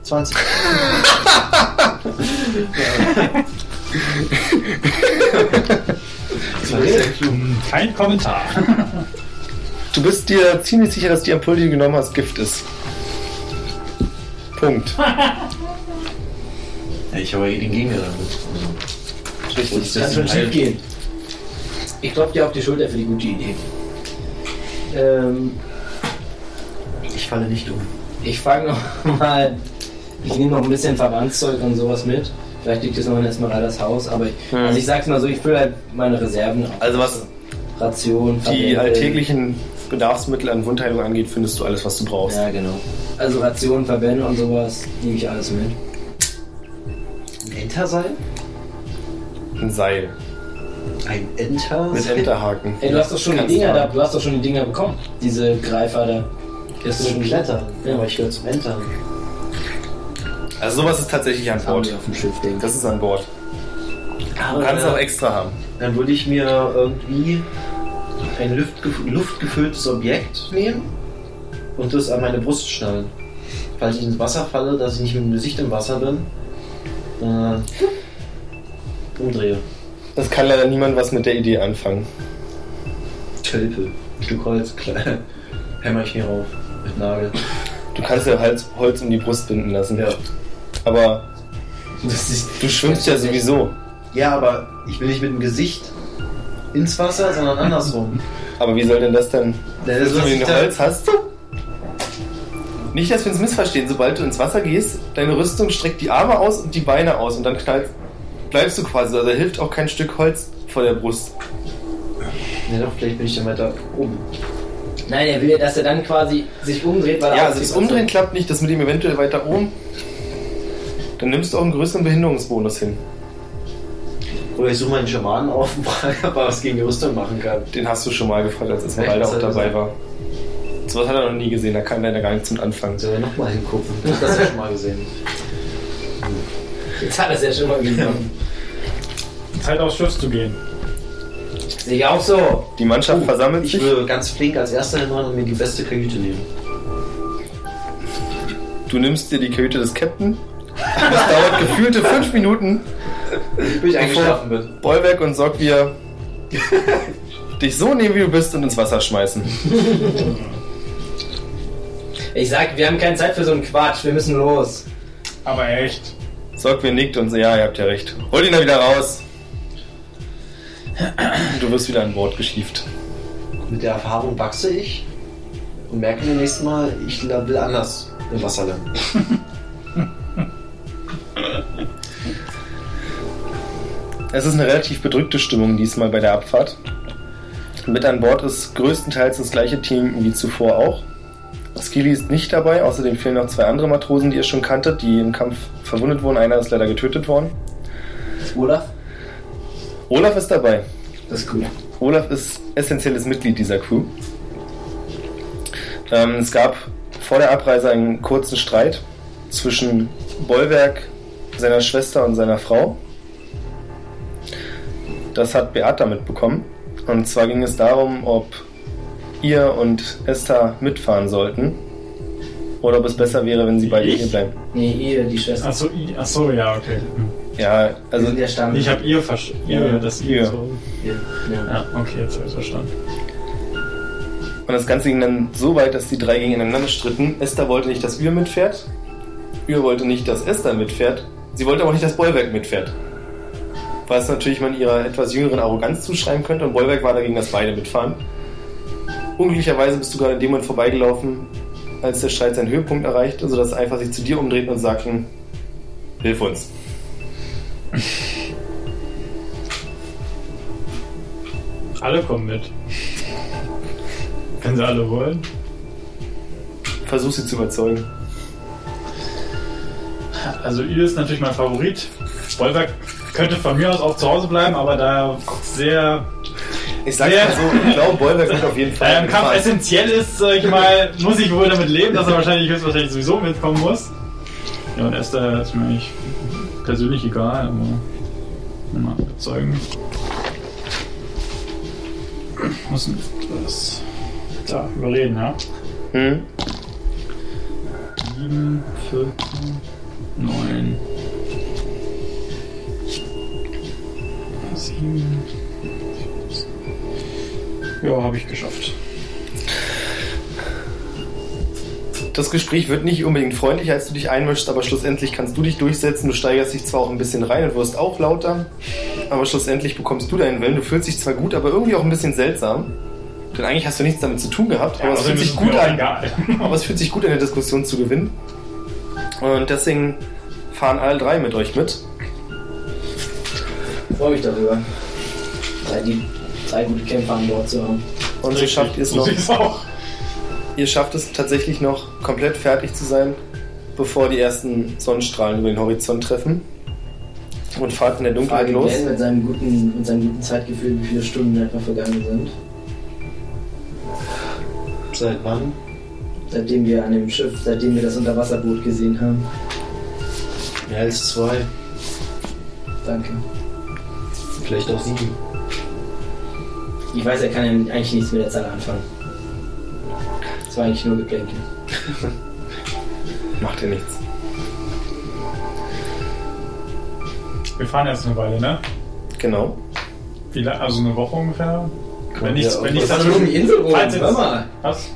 Speaker 3: 20.
Speaker 5: Hm, Kein Kommentar.
Speaker 4: Du bist dir ziemlich sicher, dass die Ampulle, die du genommen hast, Gift ist. Punkt.
Speaker 3: Ja, ich habe eh den Gegner damit. Also,
Speaker 4: Richtig.
Speaker 2: Kann schon schief gehen. Ich klopfe dir auf die Schulter für die gute Idee. Ähm,
Speaker 3: Ich falle nicht um.
Speaker 2: ich frage noch mal. Ich nehme noch ein bisschen Verbandszeug und sowas mit. Vielleicht liegt es noch in Esmeraldas Haus, aber ich,
Speaker 4: Hm.
Speaker 2: also ich sag's mal so, ich fülle halt meine Reserven auf.
Speaker 4: Also was
Speaker 2: Ration,
Speaker 4: die halt
Speaker 2: Tabletten.
Speaker 4: alltäglichen Bedarfsmittel an Wundheilung angeht, findest du alles, was du brauchst.
Speaker 2: Ja, genau. Also Ration, Verbände und sowas nehme ich alles mit.
Speaker 3: Ein Enterseil?
Speaker 4: Ein Seil
Speaker 3: Ein Enter?
Speaker 4: mit Enterhaken.
Speaker 2: Ey, du hast doch schon die
Speaker 4: Kannst
Speaker 2: Dinger
Speaker 4: tragen.
Speaker 2: da, du hast doch schon die Dinger bekommen. Diese Greifer da.
Speaker 3: Das ist ein Kletter.
Speaker 2: Ja.
Speaker 3: Aber ich gehöre zum Enter.
Speaker 4: Also sowas ist tatsächlich an
Speaker 2: Das haben
Speaker 4: Bord.
Speaker 2: wir auf dem Schiff, denke
Speaker 4: Das ist an Bord. Du kannst es auch extra haben.
Speaker 3: Dann würde ich mir irgendwie ein luftgef luftgefülltes Objekt nehmen und das an meine Brust schnallen. Falls ich ins Wasser falle, dass ich nicht mit dem Gesicht im Wasser bin, sondern umdrehe.
Speaker 4: Das kann leider niemand was mit der Idee anfangen.
Speaker 3: Tölpel. Ein Stück Holz, klar. Hämmer ich mir auf. Mit Nagel.
Speaker 4: Du kannst ja Hals, Holz um die Brust binden lassen.
Speaker 3: Ja.
Speaker 4: Aber
Speaker 2: Das ist,
Speaker 4: du schwimmst ja sowieso.
Speaker 3: ja, aber ich will nicht mit dem Gesicht ins Wasser, sondern andersrum.
Speaker 4: Aber wie soll denn das denn?
Speaker 3: Ja, das,
Speaker 4: Wenn
Speaker 3: was
Speaker 4: du
Speaker 3: ich
Speaker 4: den
Speaker 3: da-
Speaker 4: Holz hast du? Nicht, dass wir uns missverstehen. Sobald du ins Wasser gehst, deine Rüstung streckt die Arme aus und die Beine aus und dann knallt bleibst du quasi. Also da hilft auch kein Stück Holz vor der Brust.
Speaker 3: Ne, doch, vielleicht bin ich dann weiter oben.
Speaker 2: Nein, er will ja, dass er dann quasi sich umdreht, weil er
Speaker 4: Ja, also
Speaker 2: aussieht,
Speaker 4: das
Speaker 2: als
Speaker 4: Umdrehen klappt nicht, das mit ihm eventuell weiter oben. Dann nimmst du auch einen größeren Behinderungsbonus hin.
Speaker 3: Oder ich suche meinen Schamanen auf und frage, ob er was gegen die Rüstung machen kann.
Speaker 4: Den hast du schon mal gefragt, als
Speaker 3: Echt?
Speaker 4: Esmeralda
Speaker 3: Was
Speaker 4: auch
Speaker 3: hat er
Speaker 4: dabei
Speaker 3: gesagt?
Speaker 4: war. Sowas hat er noch nie gesehen, da kann er da gar nichts mit anfangen.
Speaker 3: Sollen wir nochmal hingucken? Das hast du schon mal gesehen.
Speaker 2: er- Jetzt hat er es ja schon mal wieder.
Speaker 5: Zeit aufs Schiff zu gehen.
Speaker 2: Sehe ich auch so.
Speaker 4: Die Mannschaft versammelt
Speaker 3: Oh, Ich
Speaker 4: sich.
Speaker 3: würde ganz flink als erster hinfahren und mir die beste Kajüte nehmen.
Speaker 4: Du nimmst dir die Kajüte des Captain. Das dauert gefühlte fünf Minuten,
Speaker 3: Bin ich eingeschlafen bin.
Speaker 4: bevor Bollwerk und Sorgwier dich so nehmen, wie du bist und ins Wasser schmeißen.
Speaker 2: Ich sag, wir haben keine Zeit für so einen Quatsch, wir müssen los.
Speaker 5: Aber echt.
Speaker 4: Sorgwier nickt und sagt, ja, ihr habt ja recht. Hol ihn da wieder raus. Du wirst wieder an Bord geschieft.
Speaker 3: Mit der Erfahrung wachse ich und merke mir nächstes Mal, ich will anders im Wasser lernen.
Speaker 4: Es ist eine relativ bedrückte Stimmung diesmal bei der Abfahrt. Mit an Bord ist größtenteils das gleiche Team wie zuvor auch. Skilly ist nicht dabei, außerdem fehlen noch zwei andere Matrosen, die ihr schon kanntet, die im Kampf verwundet wurden. Einer ist leider getötet worden.
Speaker 2: Olaf?
Speaker 4: Olaf ist dabei.
Speaker 2: Das ist gut.
Speaker 4: Olaf ist essentielles Mitglied dieser Crew. Ähm, es gab vor der Abreise einen kurzen Streit zwischen Bollwerk, seiner Schwester und seiner Frau. Das hat Beata mitbekommen. Und zwar ging es darum, ob ihr und Esther mitfahren sollten. Oder ob es besser wäre, wenn sie beide
Speaker 5: Ich?
Speaker 4: hier bleiben.
Speaker 2: Nee, ihr, die Schwester.
Speaker 5: Achso, i- achso ja, okay. Hm.
Speaker 4: Ja, also
Speaker 2: Also der Stamm.
Speaker 5: Ich habe ihr verstanden.
Speaker 4: Ja,
Speaker 5: Ihr, das
Speaker 4: ihr.
Speaker 5: ihr. So.
Speaker 2: ja.
Speaker 5: Ja, okay, jetzt habe ich verstanden.
Speaker 4: Und das Ganze ging dann so weit, dass die drei gegeneinander stritten. Esther wollte nicht, dass Ür mitfährt. Ür wollte nicht, dass Esther mitfährt. Sie wollte auch nicht, dass Bollwerk mitfährt. Was natürlich man ihrer etwas jüngeren Arroganz zuschreiben könnte. Und Bollwerk war dagegen, dass beide mitfahren. Unglücklicherweise bist du gerade in dem Moment vorbeigelaufen, als der Streit seinen Höhepunkt erreichte, sodass er einfach sich zu dir umdreht und sagt, "Hm, hilf uns.
Speaker 5: Alle kommen mit. Wenn sie alle wollen.
Speaker 4: Versuch sie zu überzeugen.
Speaker 5: Also ihr ist natürlich mein Favorit. Bollwerk könnte von mir aus auch zu Hause bleiben, aber da er sehr
Speaker 4: Ich sage mal so, ich glaube, Bollwerk wird auf jeden
Speaker 5: da er
Speaker 4: Fall
Speaker 5: im Äh, Kampf
Speaker 4: mitfahren.
Speaker 5: essentiell ist, sag ich mal, muss ich wohl damit leben, dass er wahrscheinlich höchstwahrscheinlich sowieso mitkommen muss. Ja, und Esther ist mir eigentlich persönlich egal, aber mal überzeugen. Muss nicht das da überreden, ja?
Speaker 4: Hm?
Speaker 5: 7, 14, 9. 7. Ja, habe ich geschafft.
Speaker 4: Das Gespräch wird nicht unbedingt freundlicher, als du dich einmischst, aber schlussendlich kannst du dich durchsetzen. Du steigerst dich zwar auch ein bisschen rein und wirst auch lauter, aber schlussendlich bekommst du deinen Willen. Du fühlst dich zwar gut, aber irgendwie auch ein bisschen seltsam. Denn eigentlich hast du nichts damit zu tun gehabt, aber es fühlt sich gut an.
Speaker 5: Egal.
Speaker 4: Aber es fühlt sich gut an, der Diskussion zu gewinnen. Und deswegen fahren alle drei mit euch mit.
Speaker 2: Ich freue mich darüber. Drei, die drei gute Kämpfer an Bord zu haben.
Speaker 4: Und so schafft ihr es noch.
Speaker 5: So sieht's auch.
Speaker 4: Ihr schafft es tatsächlich noch komplett fertig zu sein, bevor die ersten Sonnenstrahlen über den Horizont treffen. Und fahrt in der Dunkelheit
Speaker 2: Frage
Speaker 4: los.
Speaker 2: Glenn mit seinem guten, mit seinem guten Zeitgefühl, wie viele Stunden einfach vergangen sind,
Speaker 3: Seit wann?
Speaker 2: seitdem wir an dem Schiff, seitdem wir das Unterwasserboot gesehen haben.
Speaker 3: Mehr als zwei.
Speaker 2: Danke.
Speaker 3: Vielleicht auch sieben.
Speaker 2: Ich weiß, er kann ja eigentlich nichts mit der Zahl anfangen. Das war eigentlich nur Geplänkel.
Speaker 4: Macht ihr nichts.
Speaker 5: Wir fahren jetzt eine Weile, ne?
Speaker 4: Genau.
Speaker 5: Wie lang- also eine Woche ungefähr. Wenn nichts,
Speaker 3: ja, irgendwas-
Speaker 5: wenn nichts
Speaker 1: Also
Speaker 2: Das ist nur um die Insel rum.
Speaker 5: Falls jetzt-
Speaker 2: Hör mal.
Speaker 5: Was?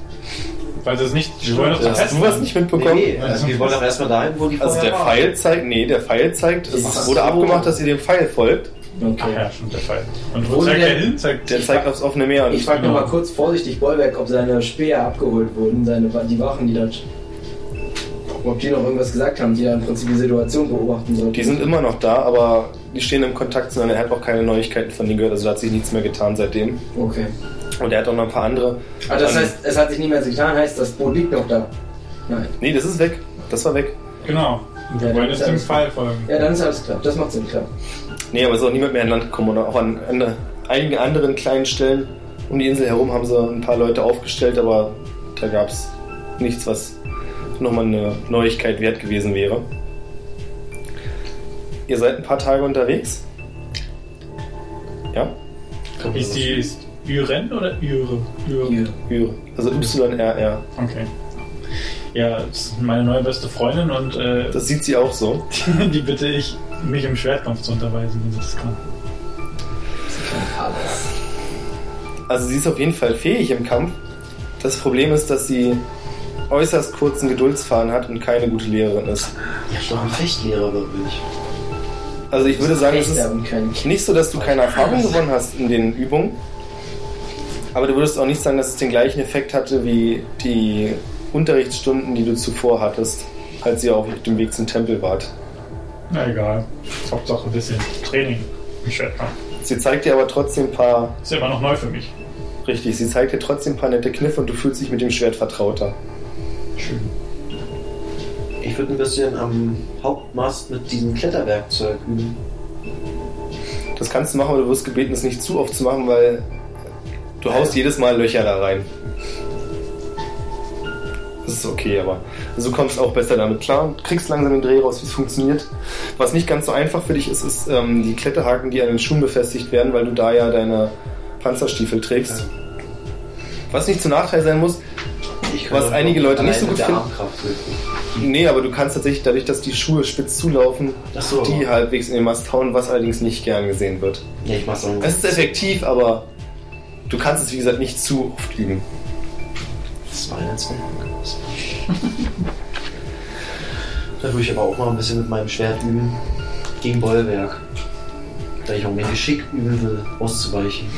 Speaker 5: Falls es nicht. Wir wollen doch zum
Speaker 3: Ja.
Speaker 5: Fest.
Speaker 4: Du hast nicht mitbekommen?
Speaker 3: Also, Nee, nee, also wir wollen doch erstmal dahin, wo die
Speaker 4: Also der
Speaker 3: vorher waren.
Speaker 4: Pfeil zeigt, nee, der Pfeil zeigt,
Speaker 3: Ach
Speaker 4: es wurde
Speaker 3: so.
Speaker 4: abgemacht, dass ihr dem Pfeil folgt.
Speaker 5: Ach
Speaker 2: Okay.
Speaker 5: ja, stimmt, der Fall. Und
Speaker 2: Wo
Speaker 5: wo zeigt
Speaker 2: denn?
Speaker 5: der hin? Zeigt
Speaker 4: Der zeigt aufs offene Meer.
Speaker 2: Ich
Speaker 4: Und
Speaker 2: frage
Speaker 5: Genau.
Speaker 2: nochmal kurz vorsichtig Bollwerk, ob seine Speer abgeholt wurden, seine, die Wachen, die dort. Ob die noch irgendwas gesagt haben, die ja im Prinzip die Situation beobachten sollten.
Speaker 4: die sind immer noch da, aber die stehen im Kontakt, sondern er hat auch keine Neuigkeiten von denen gehört. Also da hat sich nichts mehr getan seitdem.
Speaker 1: Okay.
Speaker 4: Und er hat auch noch ein paar andere.
Speaker 1: Aber das
Speaker 4: Ähm,
Speaker 1: heißt, es hat sich niemals getan, heißt, das Boot liegt noch da. Nein.
Speaker 4: Nee, das ist weg. Das war weg.
Speaker 5: Genau. Und wir
Speaker 1: Ja,
Speaker 5: wollen
Speaker 1: das
Speaker 5: jetzt dem
Speaker 1: ist-
Speaker 5: Fall folgen.
Speaker 1: Ja, dann ist alles klar. Das macht Sinn, klar.
Speaker 4: Nee, aber es ist auch niemand mehr an Land gekommen. Oder auch an, an einigen anderen kleinen Stellen um die Insel herum haben sie ein paar Leute aufgestellt, aber da gab es nichts, was nochmal eine Neuigkeit wert gewesen wäre. Ihr seid ein paar Tage unterwegs. Ja?
Speaker 5: Ist die ist Üren oder Üre? Üre.
Speaker 4: Jure. Also YRR.
Speaker 5: Okay. Ja, das ist meine neue beste Freundin und äh,
Speaker 4: Das sieht sie auch so.
Speaker 5: die bitte ich, mich im Schwertkampf zu unterweisen, wenn sie das kann.
Speaker 4: Also sie ist auf jeden Fall fähig im Kampf. Das Problem ist, dass sie äußerst kurzen Geduldsfaden hat und keine gute Lehrerin ist.
Speaker 3: Ja, schon ein Fechtlehrer, bin ich.
Speaker 4: Also ich würde sagen, es ist
Speaker 1: Fechter und kein Kind.
Speaker 4: Nicht so, dass du keine Erfahrung gewonnen hast in den Übungen, aber du würdest auch nicht sagen, dass es den gleichen Effekt hatte wie die Unterrichtsstunden, die du zuvor hattest, als ihr auf dem Weg zum Tempel wart.
Speaker 5: Na egal. Hauptsache ein bisschen Training im Schwertkampf.
Speaker 4: Sie zeigt dir aber trotzdem ein paar,
Speaker 5: Ist ja immer noch neu für mich.
Speaker 4: richtig, sie zeigt dir trotzdem ein paar nette Kniffe und du fühlst dich mit dem Schwert vertrauter.
Speaker 5: Schön.
Speaker 3: Ich würde ein bisschen am Hauptmast mit diesem Kletterwerkzeug üben.
Speaker 4: Das kannst du machen, aber du wirst gebeten, es nicht zu oft zu machen, weil du haust jedes Mal Löcher da rein. Das ist okay, aber also du kommst auch besser damit klar und kriegst langsam den Dreh raus, wie es funktioniert. Was nicht ganz so einfach für dich ist, ist ähm, die Kletterhaken, die an den Schuhen befestigt werden, weil du da ja deine Panzerstiefel trägst. Was nicht zu Nachteil sein muss,
Speaker 3: Ich
Speaker 4: Was
Speaker 3: auch
Speaker 4: einige Leute nicht so
Speaker 3: alleine mit
Speaker 4: gut
Speaker 3: der
Speaker 4: finden.
Speaker 3: Armkraft wirken.
Speaker 4: nee, aber du kannst tatsächlich dadurch, dass die Schuhe spitz zulaufen,
Speaker 3: Ach so.
Speaker 4: die halbwegs in den Mast hauen, was allerdings nicht gern gesehen wird.
Speaker 3: Ja, ich mach's auch
Speaker 4: Es ist effektiv, aber du kannst es wie gesagt nicht zu oft üben.
Speaker 3: Das war jetzt Da würde ich aber auch mal ein bisschen mit meinem Schwert üben. Gegen Bollwerk. Da ich auch mehr Geschick üben will, auszuweichen.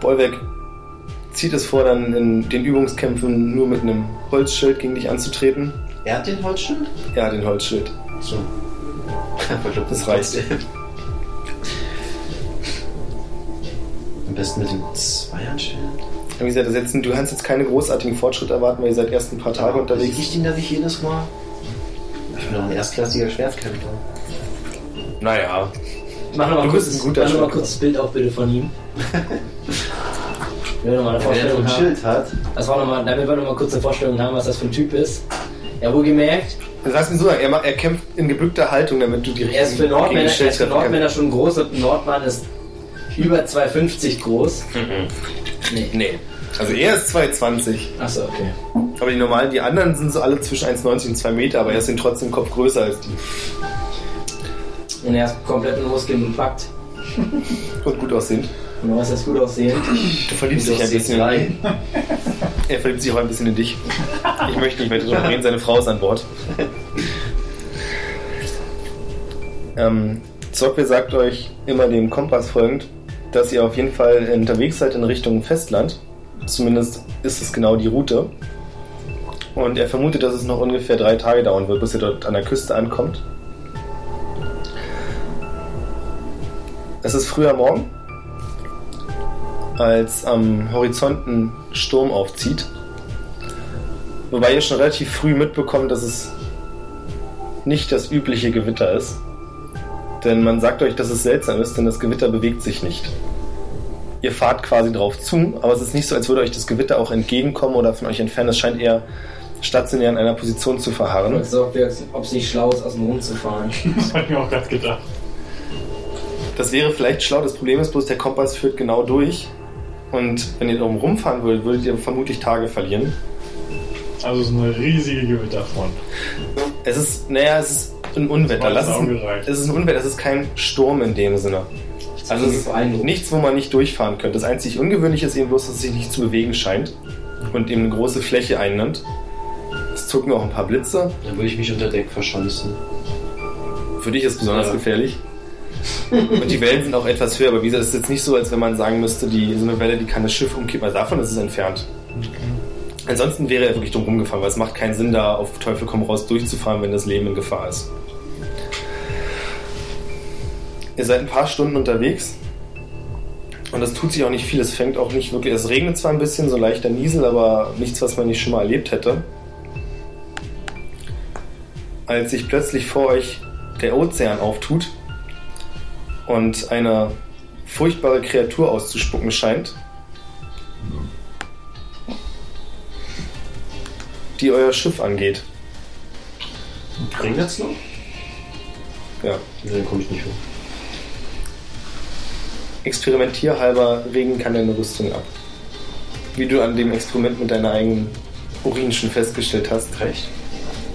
Speaker 4: Bollwerk zieht es vor, dann in den Übungskämpfen nur mit einem Holzschild gegen dich anzutreten.
Speaker 3: Er hat den Holzschild?
Speaker 4: Ja, den Holzschild.
Speaker 3: So. Aber ich glaub,
Speaker 4: Das reicht.
Speaker 3: Am besten mit dem Zweihandschwert.
Speaker 4: Wie gesagt, das jetzt, du kannst jetzt keine großartigen Fortschritte erwarten, weil ihr seid erst ein paar Tage unterwegs.
Speaker 3: Ich den da nicht jedes Mal. Ich bin doch ein erstklassiger Schwertkämpfer.
Speaker 4: Naja.
Speaker 2: Mach nochmal
Speaker 4: Du
Speaker 2: kurz,
Speaker 4: bist
Speaker 2: das-
Speaker 4: ein guter
Speaker 2: mach noch mal
Speaker 4: Schöpfer.
Speaker 2: kurz das Bild auf, bitte, von ihm. Ich will noch mal eine
Speaker 3: Wenn er so
Speaker 2: Vorstellung
Speaker 3: ein
Speaker 2: haben.
Speaker 3: Schild hat,
Speaker 2: Das war noch mal, damit wir nochmal kurz eine Vorstellung haben, was das für ein Typ ist. Ja, wohlgemerkt,
Speaker 4: Also lass mich so sagen, er, ma- er kämpft in gebückter Haltung, damit du die
Speaker 2: er ist für Nordmänner,
Speaker 4: gegen
Speaker 2: er
Speaker 4: die Schild
Speaker 2: ist für
Speaker 4: treffen kannst.
Speaker 2: Nordmänner schon groß und ein Nordmann ist über 2,50 groß. Nee.
Speaker 4: Mhm. Nee. Also er ist 220.
Speaker 2: Achso, okay.
Speaker 4: Aber die normalen, die anderen sind so alle zwischen 1,90 und 2 Meter, aber er ist den trotzdem Kopf größer als die.
Speaker 2: Und er ist komplett mit Muskeln bepackt.
Speaker 4: Und gut aussehend.
Speaker 2: Und du das gut aussehen.
Speaker 4: Du verliebst dich ein bisschen in ihn. Er verliebt sich auch ein bisschen in dich. Ich möchte nicht mehr drüber reden, seine Frau ist an Bord. Ähm, Zockwil sagt euch immer dem Kompass folgend, dass ihr auf jeden Fall unterwegs seid in Richtung Festland. Zumindest ist es genau die Route. Und er vermutet, dass es noch ungefähr drei Tage dauern wird, bis ihr dort an der Küste ankommt. Es ist früher Morgen, als am Horizont ein Sturm aufzieht. Wobei ihr schon relativ früh mitbekommt, dass es nicht das übliche Gewitter ist. Denn man sagt euch, dass es seltsam ist, denn das Gewitter bewegt sich nicht. Ihr fahrt quasi drauf zu, aber es ist nicht so, als würde euch das Gewitter auch entgegenkommen oder von euch entfernen. Es scheint eher stationär in einer Position zu verharren.
Speaker 2: Und sagt, ob es nicht schlau ist, aus dem Mund zu fahren.
Speaker 5: Das hab ich mir auch gerade gedacht.
Speaker 4: Das wäre vielleicht schlau. Das Problem ist bloß, der Kompass führt genau durch. Und wenn ihr darum rumfahren würdet, würdet ihr vermutlich Tage verlieren.
Speaker 5: Also es ist eine riesige Gewitterfront.
Speaker 4: Es ist, naja, es ist ein Unwetter. Lass
Speaker 5: Das war ins
Speaker 4: es,
Speaker 5: Auge
Speaker 4: ein,
Speaker 5: rein.
Speaker 4: es ist ein Unwetter, es ist kein Sturm in dem Sinne. Also es ist
Speaker 2: beeindruckend.
Speaker 4: nichts, wo man nicht durchfahren könnte. Das einzig Ungewöhnliche ist eben bloß, dass es sich nicht zu bewegen scheint und eben eine große Fläche einnimmt. Es zucken auch ein paar Blitze.
Speaker 3: dann würde ich mich unter Deck verschanzen.
Speaker 4: Für dich ist es besonders
Speaker 3: Ja.
Speaker 4: gefährlich. Und die Wellen sind auch etwas höher, aber wie gesagt, es ist jetzt nicht so, als wenn man sagen müsste, die, so eine Welle, die kann das Schiff umkippen. Also davon ist es entfernt. Ansonsten wäre er wirklich drum rumgefahren, weil es macht keinen Sinn, da auf Teufel komm raus durchzufahren, wenn das Leben in Gefahr ist. Ihr seid ein paar Stunden unterwegs und es tut sich auch nicht viel. Es fängt auch nicht wirklich. Es regnet zwar ein bisschen, so leichter Niesel, aber nichts, was man nicht schon mal erlebt hätte. Als sich plötzlich vor euch der Ozean auftut und eine furchtbare Kreatur auszuspucken scheint, die euer Schiff angeht.
Speaker 3: Regnet jetzt noch?
Speaker 4: Ja.
Speaker 3: Nee, dann komme ich nicht hoch.
Speaker 4: experimentierhalber regen kann deine Rüstung ab. Wie du an dem Experiment mit deiner eigenen Urin schon festgestellt hast.
Speaker 3: Recht.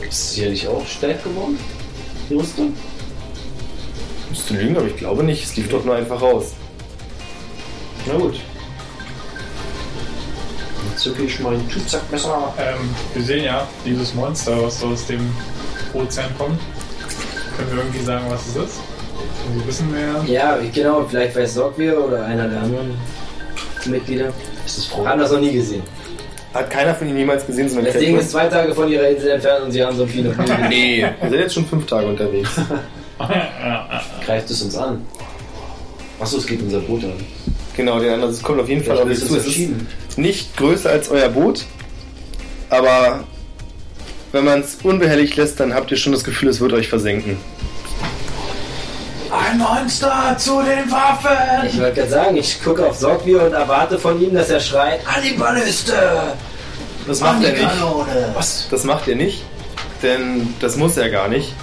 Speaker 3: Ist sie ja nicht auch stark geworden? Die Rüstung?
Speaker 4: Musst du lügen, aber ich glaube nicht. Es lief doch nur einfach raus.
Speaker 3: Na gut. Dann zücke ich mein Tützackmesser.
Speaker 5: Ähm, wir sehen ja dieses Monster, was so aus dem Ozean kommt. Können wir irgendwie sagen, was es ist? Also wissen wir ja.
Speaker 2: Ja, genau, vielleicht weiß Sorg wir oder einer der anderen Mitglieder.
Speaker 3: Ist es
Speaker 2: Haben
Speaker 3: Frau?
Speaker 2: das noch nie gesehen.
Speaker 4: Hat keiner von ihnen jemals gesehen, so eine
Speaker 2: Das Ding ist zwei Tage von ihrer Insel entfernt und sie haben so viele.
Speaker 4: Nee, ihr seid jetzt schon fünf Tage unterwegs.
Speaker 3: Greift es uns an? Achso, es geht unser Boot an.
Speaker 4: Genau, den anderen. Es kommt auf jeden Fall auf euch
Speaker 3: Vielleicht
Speaker 4: zu. Es ist
Speaker 3: entschieden.
Speaker 4: nicht größer als euer Boot, aber wenn man es unbehelligt lässt, dann habt ihr schon das Gefühl, es wird euch versenken.
Speaker 5: Ein Monster zu den
Speaker 2: Ich
Speaker 5: Waffen!
Speaker 2: wollte gerade sagen, ich gucke auf Sorgwir und erwarte von ihm, dass er schreit: An die Ballüste!
Speaker 4: Das macht er nicht.
Speaker 3: Was?
Speaker 4: Das macht ihr nicht, denn das muss er gar nicht.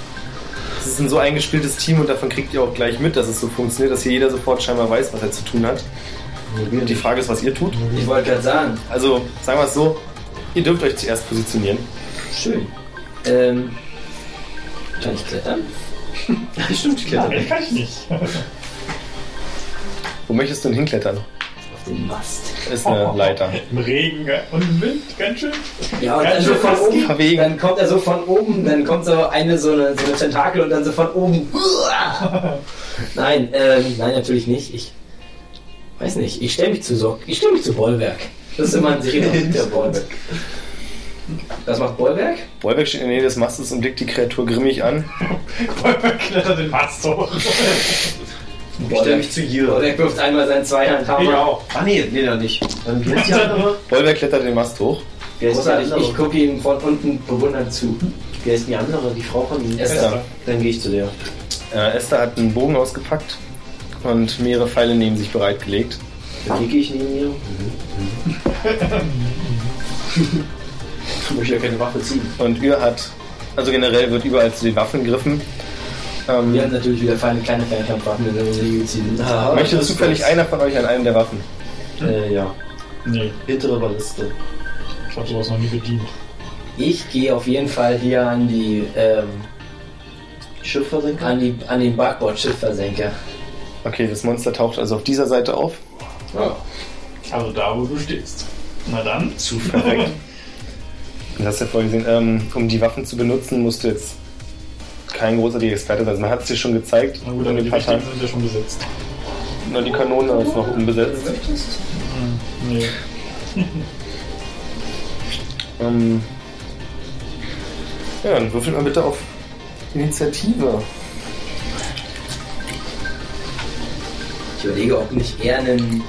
Speaker 4: Es ist ein so eingespieltes Team und davon kriegt ihr auch gleich mit, dass es so funktioniert, dass hier jeder sofort scheinbar weiß, was er zu tun hat. Und die Frage ist, was ihr tut.
Speaker 2: Ich wollte gerade sagen,
Speaker 4: Also sagen wir es so, ihr dürft euch zuerst positionieren.
Speaker 2: schön. Ähm. Kann ich klettern?
Speaker 3: Stimmt, ich kletter.
Speaker 5: Ich kann ich nicht.
Speaker 4: Wo möchtest du denn hinklettern?
Speaker 2: Auf den Mast.
Speaker 4: Ist eine Leiter.
Speaker 5: Im Regen äh, und im Wind, ganz schön.
Speaker 2: Ja, und dann
Speaker 5: Ganz
Speaker 2: so
Speaker 5: schön
Speaker 2: von
Speaker 5: fast
Speaker 2: oben.
Speaker 4: Verwegen.
Speaker 2: Dann kommt er so von oben, dann kommt so eine so eine, so eine Tentakel und dann so von oben. Uah! Nein, ähm, nein, natürlich nicht. Ich weiß nicht. Ich stelle mich zu Sock. Ich stelle mich zu Bollwerk. Das ist immer ein Trainer der Bollwerk. Das macht Bollwerk?
Speaker 4: Bollwerk steht in der Nähe des Mastes und blickt die Kreatur grimmig an.
Speaker 5: Wolper klettert den Mast hoch.
Speaker 3: Ich stelle mich zu hier.
Speaker 2: Bollwerk wirft einmal seinen
Speaker 5: Ich
Speaker 2: Zweihandhammer.
Speaker 5: auch.
Speaker 3: Ah, nee, nee, da nicht. Dann geht's ja andere.
Speaker 4: Bollwerk klettert den Mast hoch.
Speaker 3: Wer ist die
Speaker 2: Großartig. Ich
Speaker 3: andere?
Speaker 2: gucke ihm von unten bewundert zu.
Speaker 3: Wer ist die andere? Die Frau von ihm?
Speaker 2: Esther.
Speaker 5: Esther.
Speaker 3: Dann gehe ich zu der.
Speaker 4: Äh, Esther hat einen Bogen ausgepackt und mehrere Pfeile neben sich bereitgelegt.
Speaker 3: Dann liege ich neben ihr. Ich möchte ja keine Waffe ziehen.
Speaker 4: Und ihr hat, also generell wird überall zu den Waffen gegriffen. Ähm,
Speaker 2: Wir haben natürlich wieder feine kleine Fernkampfwaffen in der Regel ziehen.
Speaker 3: Ah.
Speaker 4: Möchte
Speaker 3: Das ist
Speaker 4: zufällig
Speaker 3: das.
Speaker 4: einer von euch an einem der Waffen?
Speaker 3: Äh, ja.
Speaker 5: Nee,
Speaker 3: Hintere Balliste.
Speaker 5: ich habe sowas noch nie bedient.
Speaker 2: Ich gehe auf jeden Fall hier an die ähm,
Speaker 3: Schiff versenken?
Speaker 2: an die an den Backbord-Schiffversenker.
Speaker 4: Okay, das Monster taucht also auf dieser Seite auf.
Speaker 5: Also da, wo du stehst. Na dann.
Speaker 4: Zu perfekt. das hast du ja vorher gesehen. Ähm, um die Waffen zu benutzen, musst du jetzt kein großartiger Experte sein. Also Man hat es dir schon gezeigt.
Speaker 5: Na gut,
Speaker 4: und
Speaker 5: aber
Speaker 4: die,
Speaker 5: die
Speaker 4: Partei,
Speaker 5: wichtigen sind ja schon besetzt.
Speaker 4: nur die Kanone ist noch unbesetzt.
Speaker 5: Nee.
Speaker 4: Ähm, ja, dann würfelt mal bitte auf Initiative.
Speaker 2: Ich überlege, ob nicht eher ein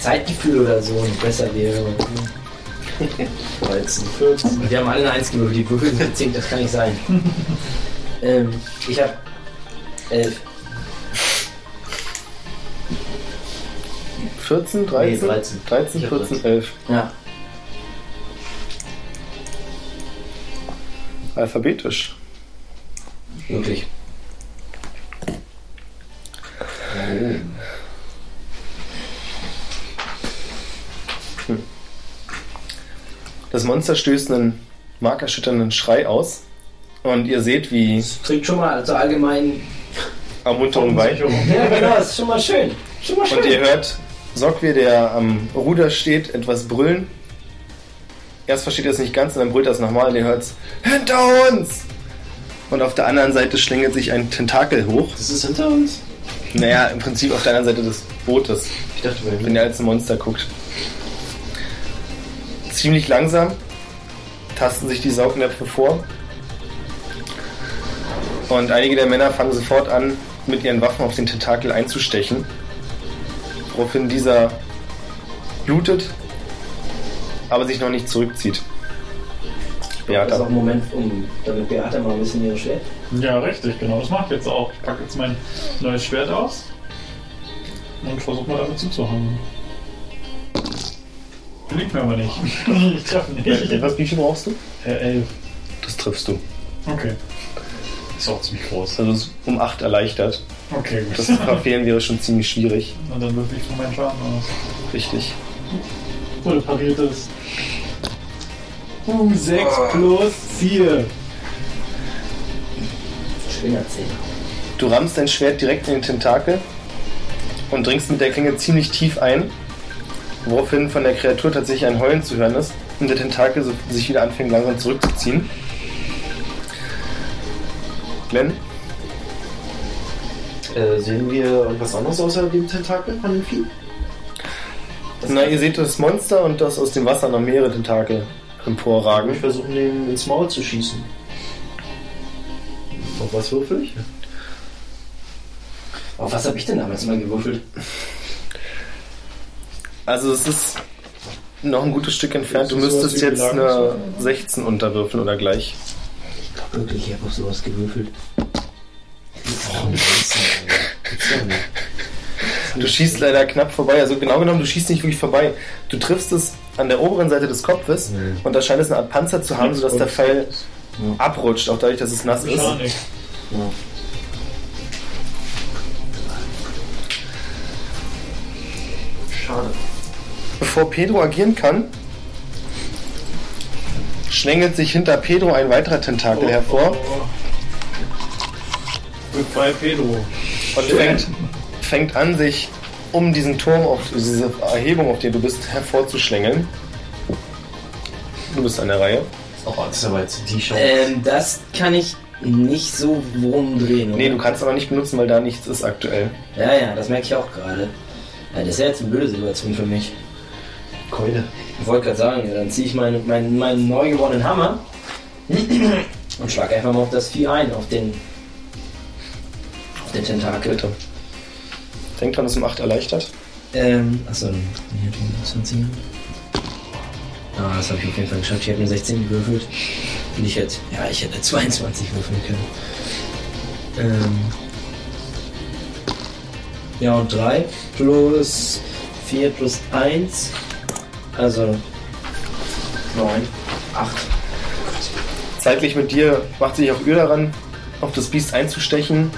Speaker 2: Zeitgefühl oder so besser wäre.
Speaker 3: 13, 14.
Speaker 2: Und wir haben alle eine 1 gewürfelt, die Würfel sind 10, das kann nicht sein. ähm, ich habe 11,
Speaker 4: 14, 13?
Speaker 2: Nee, 13.
Speaker 4: 13,
Speaker 2: Ich hab
Speaker 4: 14, 11.
Speaker 2: ja.
Speaker 4: Alphabetisch.
Speaker 2: Wirklich.
Speaker 4: Das Monster stößt einen markerschütternden Schrei aus. Und ihr seht, wie
Speaker 2: Das trägt schon mal zur allgemeinen.
Speaker 4: Ermunterung weicht.
Speaker 2: Ja, genau, das ist schon mal schön. Schon mal schön.
Speaker 4: Und ihr hört Sokwe, der am Ruder steht, etwas brüllen. Erst versteht ihr es nicht ganz und dann brüllt er es nochmal und ihr hört es hinter uns! Und auf der anderen Seite schlängelt sich ein Tentakel hoch.
Speaker 3: Das ist hinter uns?
Speaker 4: Naja, im Prinzip auf der anderen Seite des Bootes,
Speaker 3: Ich dachte, wir
Speaker 4: wenn ihr als ein Monster guckt. Ziemlich langsam tasten sich die Saugnäpfe vor. Und einige der Männer fangen sofort an, mit ihren Waffen auf den Tentakel einzustechen. Woraufhin dieser blutet, aber sich noch nicht zurückzieht.
Speaker 2: Das ist auch
Speaker 4: Beata.
Speaker 2: ein Moment, um, damit Beata mal ein bisschen ihre Schwert.
Speaker 5: Ja, richtig, genau. Das mache ich jetzt auch. Ich packe jetzt mein neues Schwert aus und versuche mal damit zuzuhauen. Liegt mir aber nicht. ich treffe nicht. Äh,
Speaker 4: Was Bücher brauchst du?
Speaker 5: elf.
Speaker 4: Das triffst du.
Speaker 5: Okay. Ist auch ziemlich groß.
Speaker 4: Also ist um 8 erleichtert.
Speaker 5: Okay, gut.
Speaker 4: Das zu verfehlen wäre schon ziemlich schwierig.
Speaker 5: Und dann würfel ich von meinen Schaden aus.
Speaker 4: Richtig.
Speaker 5: Oder pariert es. Uh, 6
Speaker 4: Ah.
Speaker 5: plus 4.
Speaker 2: Schöner Zehner.
Speaker 4: Du rammst dein Schwert direkt in den Tentakel und dringst mit der Klinge ziemlich tief ein, woraufhin von der Kreatur tatsächlich ein Heulen zu hören ist und der Tentakel so- sich wieder anfängt langsam zurückzuziehen. Glenn,
Speaker 3: Äh, sehen wir irgendwas anderes außer dem Tentakel von dem Vieh?
Speaker 4: na ihr seht das Monster und dass aus dem Wasser noch mehrere Tentakel
Speaker 3: Ich
Speaker 4: emporragen.
Speaker 3: versuche, den ins Maul zu schießen. Auf was würfel ich?
Speaker 2: Auf was habe ich denn damals mal gewürfelt?
Speaker 4: Also es ist noch ein gutes Stück entfernt. Du
Speaker 5: Ist das sowas
Speaker 4: müsstest
Speaker 5: wie
Speaker 4: jetzt eine
Speaker 5: Belagerung?
Speaker 4: 16 unterwürfeln oder gleich.
Speaker 2: Ich glaube wirklich, ich habe auf sowas gewürfelt.
Speaker 4: Du schießt leider knapp vorbei. Also genau genommen, du schießt nicht wirklich vorbei. Du triffst es an der oberen Seite des Kopfes und da scheint es eine Art Panzer zu haben, sodass der Pfeil abrutscht, auch dadurch, dass es nass ist.
Speaker 5: Mechanik.
Speaker 3: Schade.
Speaker 4: Bevor Pedro agieren kann, schlängelt sich hinter Pedro ein weiterer
Speaker 5: Oh,
Speaker 4: Tentakel hervor
Speaker 5: Goodbye, Pedro.
Speaker 4: und fängt, fängt an, sich um diesen Turm, auf diese Erhebung, auf der du bist, hervorzuschlängeln. Du bist an der Reihe.
Speaker 3: Oh, das ist aber jetzt die Chance.
Speaker 1: Ähm, das kann ich nicht so rumdrehen. Oder?
Speaker 4: Nee, du kannst aber nicht benutzen, weil da nichts ist aktuell.
Speaker 1: Ja, ja, das merke ich auch gerade. Ja, das ist ja jetzt eine blöde Situation für mich.
Speaker 3: Keule.
Speaker 1: Ich wollte gerade sagen, ja, dann ziehe ich meinen meinen meinen neu gewonnenen Hammer und schlag einfach mal auf das Vieh ein, auf den, auf den Tentakel.
Speaker 4: Bitte. Denk dran, dass um 8 erleichtert.
Speaker 1: Ähm, achso, dann hier drin, 20. Ah, das habe ich auf jeden Fall geschafft. Ich hätte eine 16 gewürfelt. Und ich hätte, ja, ich hätte 22 würfeln können. Ähm, ja, und 3 plus 4 plus 1. Also 9, 8.
Speaker 4: Zeitgleich mit dir macht sich auch ihr daran, auf das Biest einzustechen.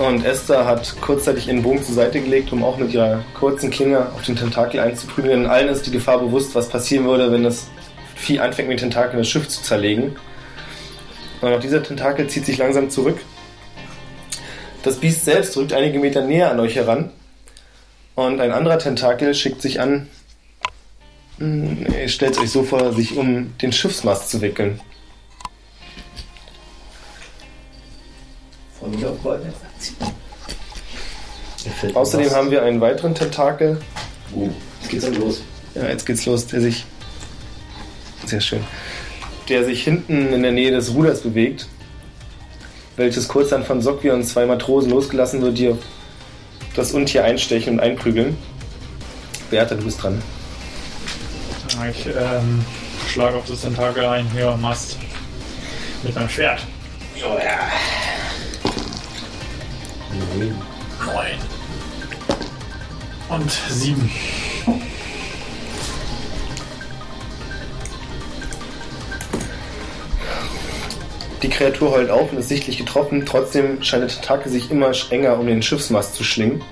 Speaker 4: Und Esther hat kurzzeitig ihren Bogen zur Seite gelegt, um auch mit ihrer kurzen Klinge auf den Tentakel einzuprügeln. Denn allen ist die Gefahr bewusst, was passieren würde, wenn das Vieh anfängt, mit dem Tentakel das Schiff zu zerlegen. Und auch dieser Tentakel zieht sich langsam zurück. Das Biest selbst rückt einige Meter näher an euch heran. Und ein anderer Tentakel schickt sich an, Mm, ihr stellt euch so vor, sich um den Schiffsmast zu wickeln.
Speaker 2: Freue mich auf Bäume.
Speaker 4: Außerdem haben wir einen weiteren Tentakel.
Speaker 2: Uh, jetzt geht's dann los.
Speaker 4: Ja, jetzt geht's los, der sich. Sehr schön. Der sich hinten in der Nähe des Ruders bewegt, welches kurz dann von Sokvi und zwei Matrosen losgelassen wird, die auf das Untier einstechen und einprügeln. Beata, du bist dran.
Speaker 5: Ja, Ich ähm, schlage auf das Tentakel ein. Ja, Mast. Mit meinem Schwert. Oh ja. Neun. Und sieben.
Speaker 4: Die Kreatur heult auf und ist sichtlich getroffen. Trotzdem scheint der Tentakel sich immer enger um den Schiffsmast zu schlingen.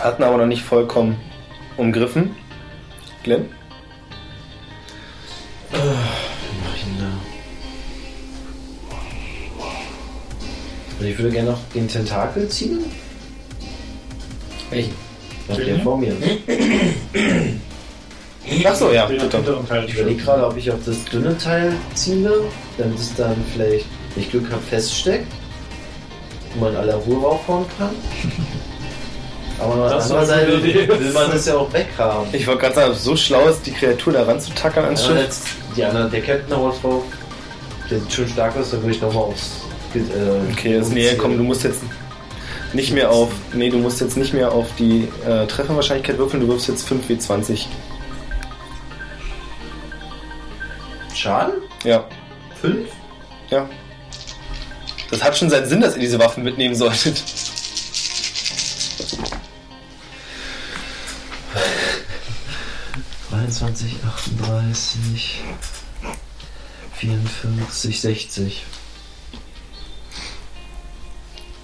Speaker 4: Hat ihn aber noch nicht vollkommen umgriffen. Glenn?
Speaker 3: Mach ich denn da? Also ich würde gerne noch den Tentakel ziehen.
Speaker 1: Welchen?
Speaker 3: Ja, der vor mir.
Speaker 4: Ach so, ja,
Speaker 5: Den am
Speaker 4: bitte.
Speaker 5: hinteren Teil.
Speaker 3: Ich überlege gerade, ob ich auf das dünne Teil ziele, damit es dann vielleicht, wenn ich Glück habe, feststeckt. Wo man in aller Ruhe raufhauen kann. Aber
Speaker 5: Das ist eine
Speaker 3: andererseits
Speaker 5: gute Idee.
Speaker 3: will man das ja auch weghaben.
Speaker 4: Ich wollte gerade sagen, ob es so schlau ist, die Kreatur da ranzutackern ans Schiff.
Speaker 3: Andererseits, die anderen, der Captain aber drauf, der schon stark ist, dann würde ich nochmal aufs. Äh,
Speaker 4: Okay, das ist näher kommen. Du musst jetzt Nicht mehr auf. Nee, du musst jetzt nicht mehr auf die äh, Trefferwahrscheinlichkeit würfeln, du wirfst jetzt 5W20.
Speaker 3: Schaden?
Speaker 4: Ja.
Speaker 3: Fünf?
Speaker 4: Ja. Das hat schon seinen Sinn, dass ihr diese Waffen mitnehmen solltet.
Speaker 3: Dreiundzwanzig, 38, 54, 60.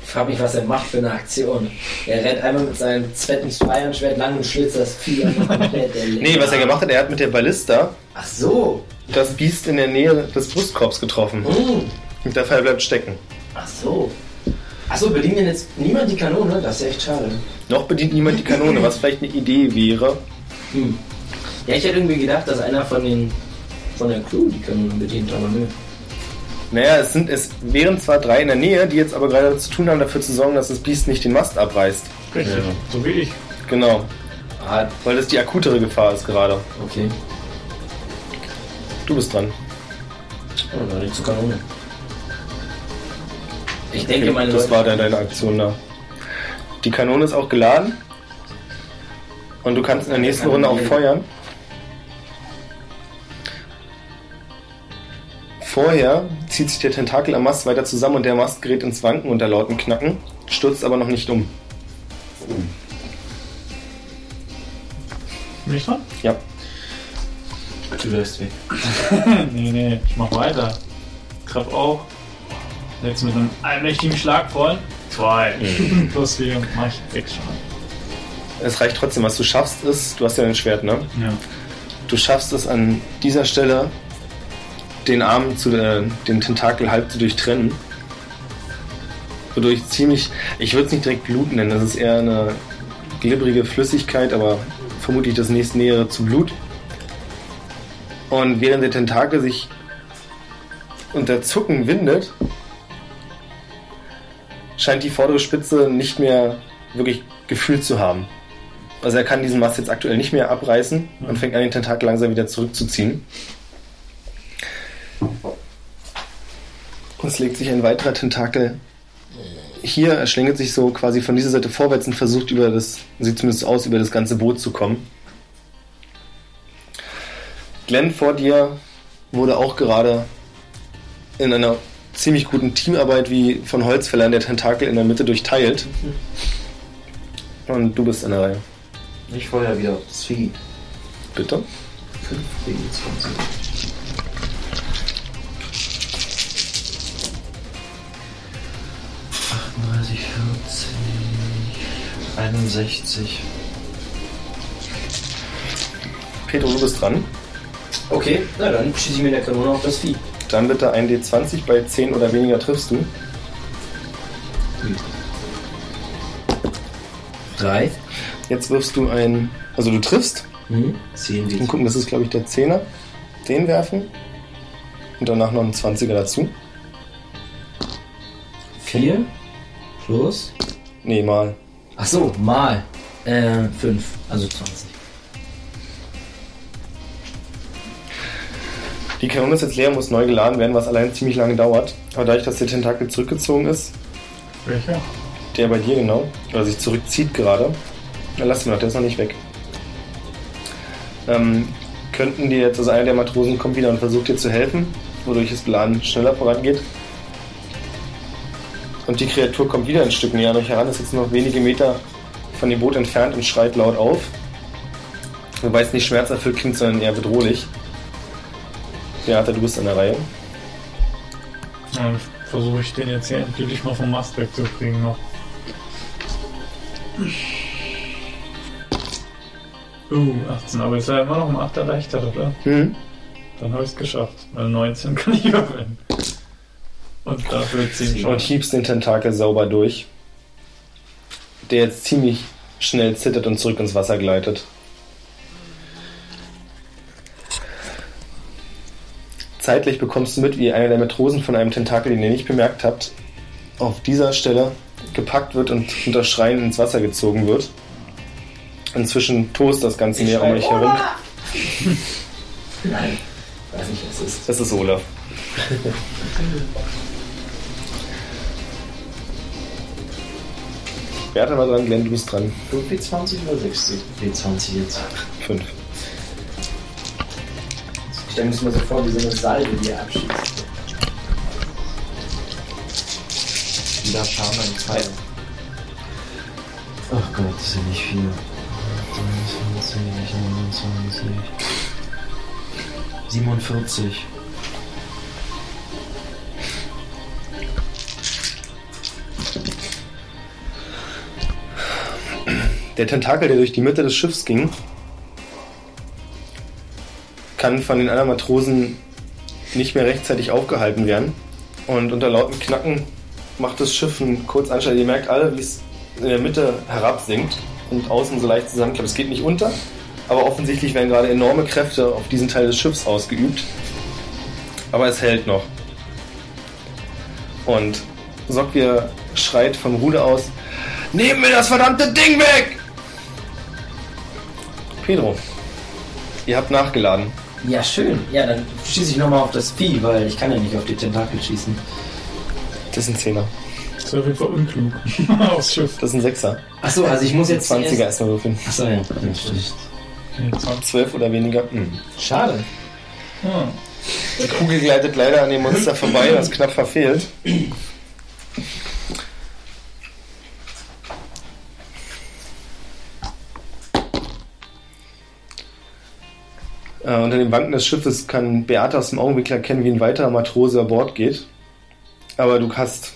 Speaker 1: Ich frage mich, was er macht für eine Aktion. Er rennt einmal mit seinem zweiten Speierschwert lang und schlitzt das Vieh einfach komplett in den
Speaker 4: Nee, was er gemacht hat, er hat mit der Ballista
Speaker 1: Ach so.
Speaker 4: das Biest in der Nähe des Brustkorbs getroffen.
Speaker 1: Hm.
Speaker 4: Und der Pfeil bleibt stecken.
Speaker 1: Ach so. Ach so, bedient denn jetzt niemand die Kanone? Das ist ja echt schade.
Speaker 4: Noch bedient niemand die Kanone, was vielleicht eine Idee wäre.
Speaker 1: Hm. Ja, ich hätte irgendwie gedacht, dass einer von den von der Crew die Kanone bedient, aber nö.
Speaker 4: Naja, es, sind, es wären zwar drei in der Nähe, die jetzt aber gerade zu tun haben, dafür zu sorgen, dass das Biest nicht den Mast abreißt.
Speaker 5: Richtig. So wie ich.
Speaker 4: Genau. Weil das die akutere Gefahr ist gerade.
Speaker 1: Ah, Okay.
Speaker 4: Du bist dran.
Speaker 1: Oh, dann zur Kanone. Ich denke,
Speaker 4: Okay,
Speaker 1: meine
Speaker 4: das
Speaker 1: Leute-
Speaker 4: war dann deine Aktion da. Die Kanone ist auch geladen. Und du kannst in der nächsten Runde auch feuern. Vorher zieht sich der Tentakel am Mast weiter zusammen und der Mast gerät ins Wanken unter lauten Knacken, stürzt aber noch nicht um.
Speaker 5: Bin ich dran?
Speaker 4: Ja.
Speaker 3: Du läufst weg.
Speaker 5: nee, nee, ich mach weiter. Treff auch. Setz mit einem allmächtigen Schlag voll. Zwei. Plus vier. Mach ich sechs Schaden.
Speaker 4: Es reicht trotzdem, was du schaffst ist, du hast ja dein Schwert, ne?
Speaker 5: Ja.
Speaker 4: Du schaffst es an dieser Stelle, den Arm zu äh, dem Tentakel halb zu durchtrennen. Wodurch ziemlich, ich würde es nicht direkt Blut nennen, das ist eher eine glibberige Flüssigkeit, aber vermutlich das nächstnähere zu Blut. Und während der Tentakel sich unter Zucken windet, scheint die vordere Spitze nicht mehr wirklich Gefühl zu haben. Also er kann diesen Mast jetzt aktuell nicht mehr abreißen und fängt an, den Tentakel langsam wieder zurückzuziehen. Und es legt sich ein weiterer Tentakel hier, er schlängelt sich so quasi von dieser Seite vorwärts und versucht über das, sieht zumindest aus, über das ganze Boot zu kommen. Glenn vor dir wurde auch gerade in einer ziemlich guten Teamarbeit wie von Holzfällern der Tentakel in der Mitte durchteilt. Und du bist an der Reihe.
Speaker 3: Ich feuer wieder auf das Vieh.
Speaker 4: Bitte?
Speaker 3: 5 gegen 20. Achtunddreißig, 40, 61.
Speaker 4: Pedro, du bist dran.
Speaker 1: Okay, na dann schieße ich mit der Kanone auf das Vieh.
Speaker 4: Dann bitte ein D20 bei 10 oder weniger triffst du.
Speaker 1: Drei.
Speaker 4: Jetzt wirfst du ein. Also du triffst.
Speaker 1: hm,
Speaker 3: 10
Speaker 4: Und gucken, das ist glaube ich der 10er. Den werfen. Und danach noch einen 20er dazu.
Speaker 1: Vier. Plus.
Speaker 4: Nee, mal.
Speaker 1: Ach so, mal. Äh, fünf. Also 20.
Speaker 4: Die Kanone ist jetzt leer, muss neu geladen werden, was allein ziemlich lange dauert. Aber dadurch, dass der Tentakel zurückgezogen ist,
Speaker 5: Welcher?
Speaker 4: der bei dir genau, oder sich zurückzieht gerade, dann lassen wir das, der ist noch nicht weg. Ähm, könnten dir jetzt, also einer der Matrosen kommt wieder und versucht dir zu helfen, wodurch das Plan schneller vorangeht. Und die Kreatur kommt wieder ein Stück näher an euch heran, ist jetzt nur noch wenige Meter von dem Boot entfernt und schreit laut auf. Wobei es nicht schmerzerfüllt klingt, sondern eher bedrohlich. Beata, du bist an der Reihe.
Speaker 5: Dann versuche ich den jetzt hier endgültig mal vom Mast wegzukriegen noch. Uh, 18, aber ist ja immer noch um 8 leichter, oder?
Speaker 4: Hm?
Speaker 5: Dann habe ich es geschafft. Weil 19 kann ich würfeln. Und dafür 10
Speaker 4: und
Speaker 5: Schaden.
Speaker 4: hiebst den Tentakel sauber durch, der jetzt ziemlich schnell zittert und zurück ins Wasser gleitet. Zeitlich bekommst du mit, wie einer der Matrosen von einem Tentakel, den ihr nicht bemerkt habt, auf dieser Stelle gepackt wird und unter Schreien ins Wasser gezogen wird. Inzwischen tost das ganze Meer um euch herum.
Speaker 1: Nein. Weiß nicht, was es ist.
Speaker 4: Es ist Olaf. Beata war dran, Glenn, du bist dran.
Speaker 3: 5 W20 oder 6 W20 jetzt?
Speaker 4: Fünf.
Speaker 1: Ich stelle mir das mal so vor, wie so eine Salbe, die er abschießt.
Speaker 3: Wieder Schaden in 2. Ach Gott, das ist ja nicht viel. 23, 29, 47.
Speaker 4: Der Tentakel, der durch die Mitte des Schiffs ging, kann von den anderen Matrosen nicht mehr rechtzeitig aufgehalten werden. Und unter lautem Knacken macht das Schiff einen Kurzanschlag. Ihr merkt alle, wie es in der Mitte herabsinkt und außen so leicht zusammenklappt. Es geht nicht unter, aber offensichtlich werden gerade enorme Kräfte auf diesen Teil des Schiffs ausgeübt. Aber es hält noch. Und Sokir schreit vom Ruder aus, Nehmen wir das verdammte Ding weg! Pedro, ihr habt nachgeladen.
Speaker 2: Ja, schön. Ja, dann schieße ich nochmal auf das Vieh, weil ich kann ja nicht auf die Tentakel schießen.
Speaker 4: Das ist ein Zehner.
Speaker 5: Das ist auf jeden Fall unklug. Aufs Schiff.
Speaker 4: Das ist ein Sechser.
Speaker 2: Achso, also ich muss jetzt...
Speaker 4: 20er erstmal würfeln.
Speaker 2: Achso, ja. ja stimmt.
Speaker 4: Zwölf oder weniger. Hm.
Speaker 2: Schade.
Speaker 5: Ah,
Speaker 4: Die Kugel gleitet leider an dem Monster vorbei, das knapp verfehlt. Äh, unter den Wanken des Schiffes kann Beate aus dem Augenblick erkennen, wie ein weiterer Matrose an Bord geht. Aber du hast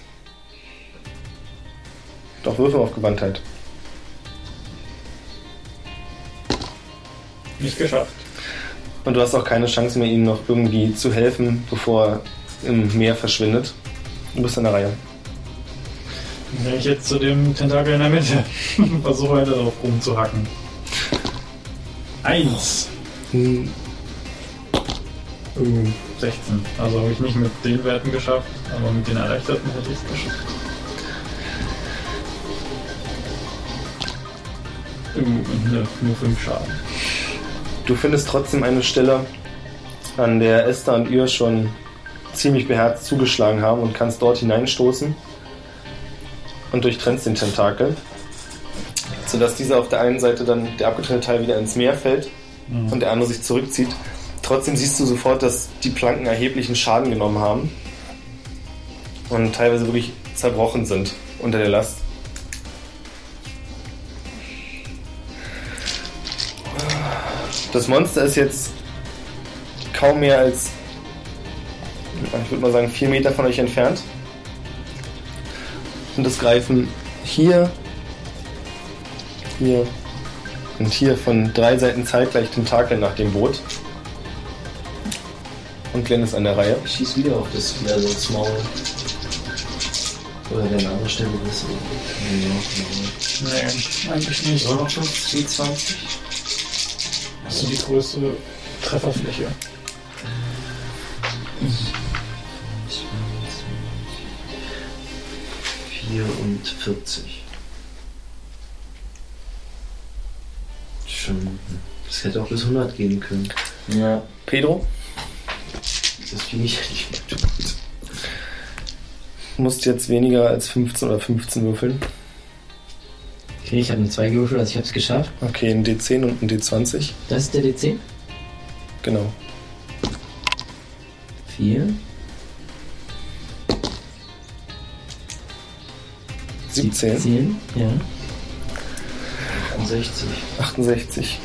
Speaker 4: doch Würfe auf Gewandtheit.
Speaker 5: nicht geschafft.
Speaker 4: Und du hast auch keine Chance mehr, ihm noch irgendwie zu helfen, bevor er im Meer verschwindet. Du bist an der Reihe.
Speaker 5: Dann gehe ich jetzt zu dem Tentakel in der Mitte. Versuche weiter drauf rumzuhacken. Eins.
Speaker 4: Hm,
Speaker 5: Uh, 16. Also habe ich nicht mit den Werten geschafft, aber mit den erleichterten hätte ich es geschafft. Uh, und ne, nur 5 Schaden.
Speaker 4: Du findest trotzdem eine Stelle, an der Esther und ihr schon ziemlich beherzt zugeschlagen haben und kannst dort hineinstoßen und durchtrennst den Tentakel, sodass dieser auf der einen Seite dann der abgetrennte Teil wieder ins Meer fällt
Speaker 5: Mhm.
Speaker 4: und der andere sich zurückzieht. Trotzdem siehst du sofort, dass die Planken erheblichen Schaden genommen haben und teilweise wirklich zerbrochen sind unter der Last. Das Monster ist jetzt kaum mehr als, ich würde mal sagen, vier Meter von euch entfernt. Und es greifen hier, hier und hier von drei Seiten zeitgleich Tentakel nach dem Boot. Und Glenn ist an der Reihe.
Speaker 3: Ich schieß wieder auf das Vieh, also ins Maul. Oder wäre eine andere Stelle besser. Nee, ja,
Speaker 5: Nee, eigentlich
Speaker 3: ich
Speaker 5: nicht.
Speaker 3: soll noch 5 W20?
Speaker 5: Hast du die größte Trefferfläche?
Speaker 3: Ich weiß nicht. 44. Schon. Das hätte auch bis 100 gehen können.
Speaker 2: Ja.
Speaker 4: Pedro,
Speaker 3: Das finde ich eigentlich nicht gut.
Speaker 4: du musst jetzt weniger als 15 oder 15 würfeln.
Speaker 2: Okay, ich habe eine 2 gewürfelt, also ich habe es geschafft.
Speaker 4: Okay, ein D10 und ein D20.
Speaker 2: Das ist der D10.
Speaker 4: Genau.
Speaker 2: 4.
Speaker 4: 17,
Speaker 2: 10. Ja.
Speaker 3: 68.
Speaker 4: 68.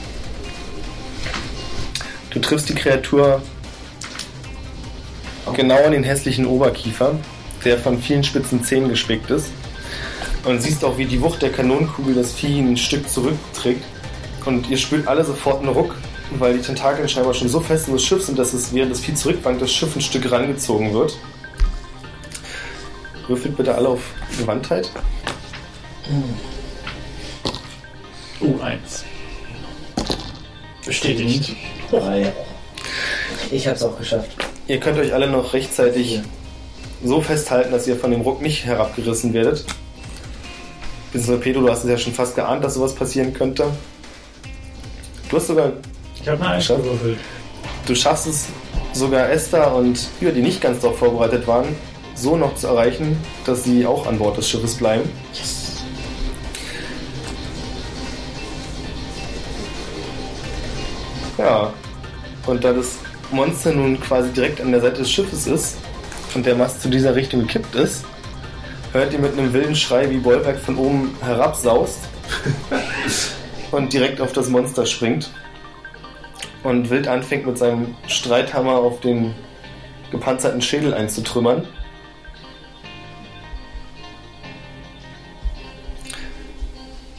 Speaker 4: Du triffst die Kreatur genau in den hässlichen Oberkiefer, der von vielen spitzen Zähnen gespickt ist. Und siehst auch, wie die Wucht der Kanonenkugel das Vieh ein Stück zurückträgt. Und ihr spürt alle sofort einen Ruck, weil die Tentakel scheinbar schon so fest in das Schiff sind, dass es während das Vieh zurückwankt, das Schiff ein Stück rangezogen wird. Würfelt bitte alle auf Gewandtheit.
Speaker 5: Uh, 1. Bestätigt.
Speaker 2: Drei. Ich habe es auch geschafft.
Speaker 4: Ihr könnt euch alle noch rechtzeitig so festhalten, dass ihr von dem Ruck nicht herabgerissen werdet. Bzw. Pedro, du hast es ja schon fast geahnt, dass sowas passieren könnte. Du hast sogar,
Speaker 5: Ich habe eine 1
Speaker 4: Schafft.
Speaker 5: gewürfelt.
Speaker 4: du schaffst es sogar Esther und Hür, die nicht ganz darauf vorbereitet waren, so noch zu erreichen, dass sie auch an Bord des Schiffes bleiben. Ja. Und da das Monster nun quasi direkt an der Seite des Schiffes ist und der Mast zu dieser Richtung gekippt ist, hört ihr mit einem wilden Schrei, wie Bollwerk von oben herabsaust und direkt auf das Monster springt und wild anfängt mit seinem Streithammer auf den gepanzerten Schädel einzutrümmern.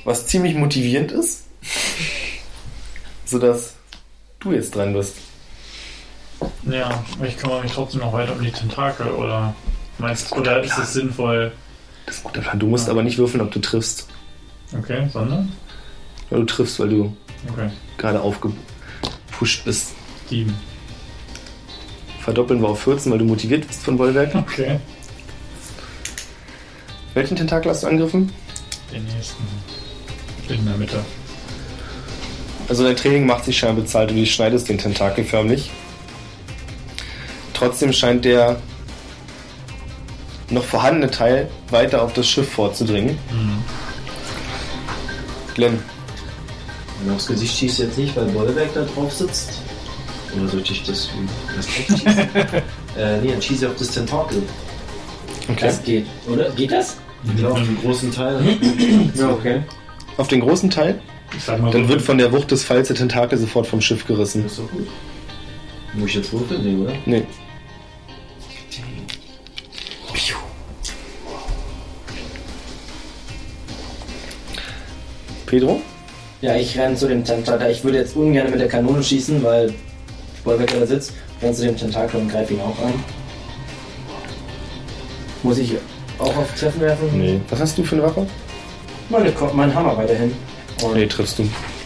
Speaker 4: Was ziemlich motivierend ist, sodass du jetzt dran bist.
Speaker 5: Ja, ich kümmere mich trotzdem noch weiter um die Tentakel, oder? Meinst, oder ist es sinnvoll?
Speaker 4: Das ist ein guter Plan. Du musst aber nicht würfeln, ob du triffst.
Speaker 5: Okay, sondern?
Speaker 4: Ja, du triffst, weil du
Speaker 5: Okay,
Speaker 4: gerade aufgepusht bist.
Speaker 5: sieben.
Speaker 4: Verdoppeln wir auf 14, weil du motiviert bist von Bollwerk.
Speaker 5: Okay.
Speaker 4: Welchen Tentakel hast du angegriffen?
Speaker 5: Den nächsten. In der Mitte.
Speaker 4: Also dein Training macht sich scheinbar bezahlt und du schneidest den Tentakel förmlich. Trotzdem scheint der noch vorhandene Teil weiter auf das Schiff vorzudringen. Glenn,
Speaker 3: Und aufs Gesicht schießt jetzt nicht, weil Bollwerk da drauf sitzt. Oder sollte ich das das drauf schießen? äh, nee, dann schieße ich auf das Tentakel.
Speaker 4: okay.
Speaker 1: Das geht, oder? Geht das?
Speaker 3: Ja, Genau, auf einen großen Teil.
Speaker 1: Ja, okay.
Speaker 4: auf den großen Teil,
Speaker 5: Ich sag mal
Speaker 4: dann
Speaker 5: so,
Speaker 4: wird von der Wucht des Falls der Tentakel sofort vom Schiff gerissen.
Speaker 3: Das ist doch gut. Muss ich jetzt würfeln, nee, oder?
Speaker 4: Nee, Pedro?
Speaker 2: Ja, ich renne zu dem Tentakel. Ich würde jetzt ungern mit der Kanone schießen, weil Bollwerk da sitzt. Renne zu dem Tentakel und greife ihn auch an. Muss ich auch auf Treffen werfen?
Speaker 4: Was hast du für eine Waffe?
Speaker 2: Meine, Ko- mein Hammer weiterhin. Und
Speaker 4: Nee, triffst du.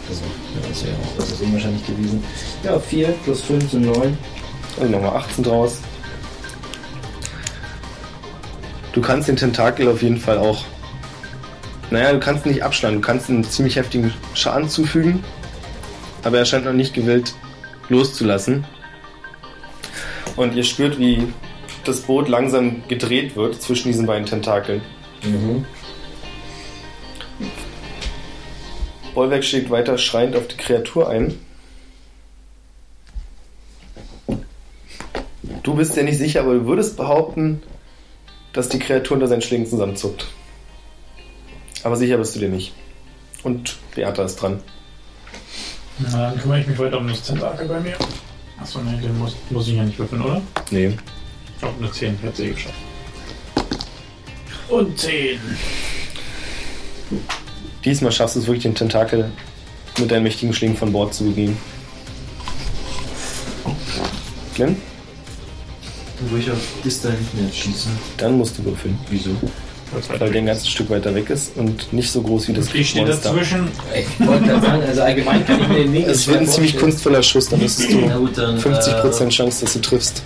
Speaker 2: also, ja, das wäre auch, das ist unwahrscheinlich gewesen. Ja, 4 plus 5 sind 9.
Speaker 4: Also nochmal 18 draus. Du kannst den Tentakel auf jeden Fall auch. Naja, du kannst ihn nicht abschneiden. Du kannst ihm einen ziemlich heftigen Schaden zufügen. Aber er scheint noch nicht gewillt loszulassen. Und ihr spürt, wie das Boot langsam gedreht wird zwischen diesen beiden Tentakeln. Mhm. Bollwerk schlägt weiter schreiend auf die Kreatur ein. Du bist ja nicht sicher, aber du würdest behaupten, dass die Kreatur unter seinen Schlingen zusammenzuckt. Aber sicher bist du dir nicht. Und Beata ist dran.
Speaker 5: Na, dann kümmere ich mich weiter um das Tentakel bei mir. Achso, ne, den muss, muss ich ja nicht würfeln, oder?
Speaker 4: Nee.
Speaker 5: Ich glaube, eine 10 hätte sie geschafft. Und 10.
Speaker 4: Diesmal schaffst du es wirklich, den Tentakel mit deinen mächtigen Schlingen von Bord zu begeben. Glenn,
Speaker 3: Dann würde ich auf das da hinten jetzt schießen.
Speaker 4: dann musst du würfeln.
Speaker 3: Wieso?
Speaker 4: Weil der ein ganzes Stück weiter weg ist und nicht so groß wie das
Speaker 5: Ich stehe dazwischen.
Speaker 1: Ich wollte gerade sagen, also allgemein kann ich mir den Weg
Speaker 4: Es wird ein ziemlich kunstvoller Schuss, da müsstest
Speaker 3: Na
Speaker 4: du
Speaker 3: gut, dann. äh,
Speaker 4: 50% Chance, dass du triffst.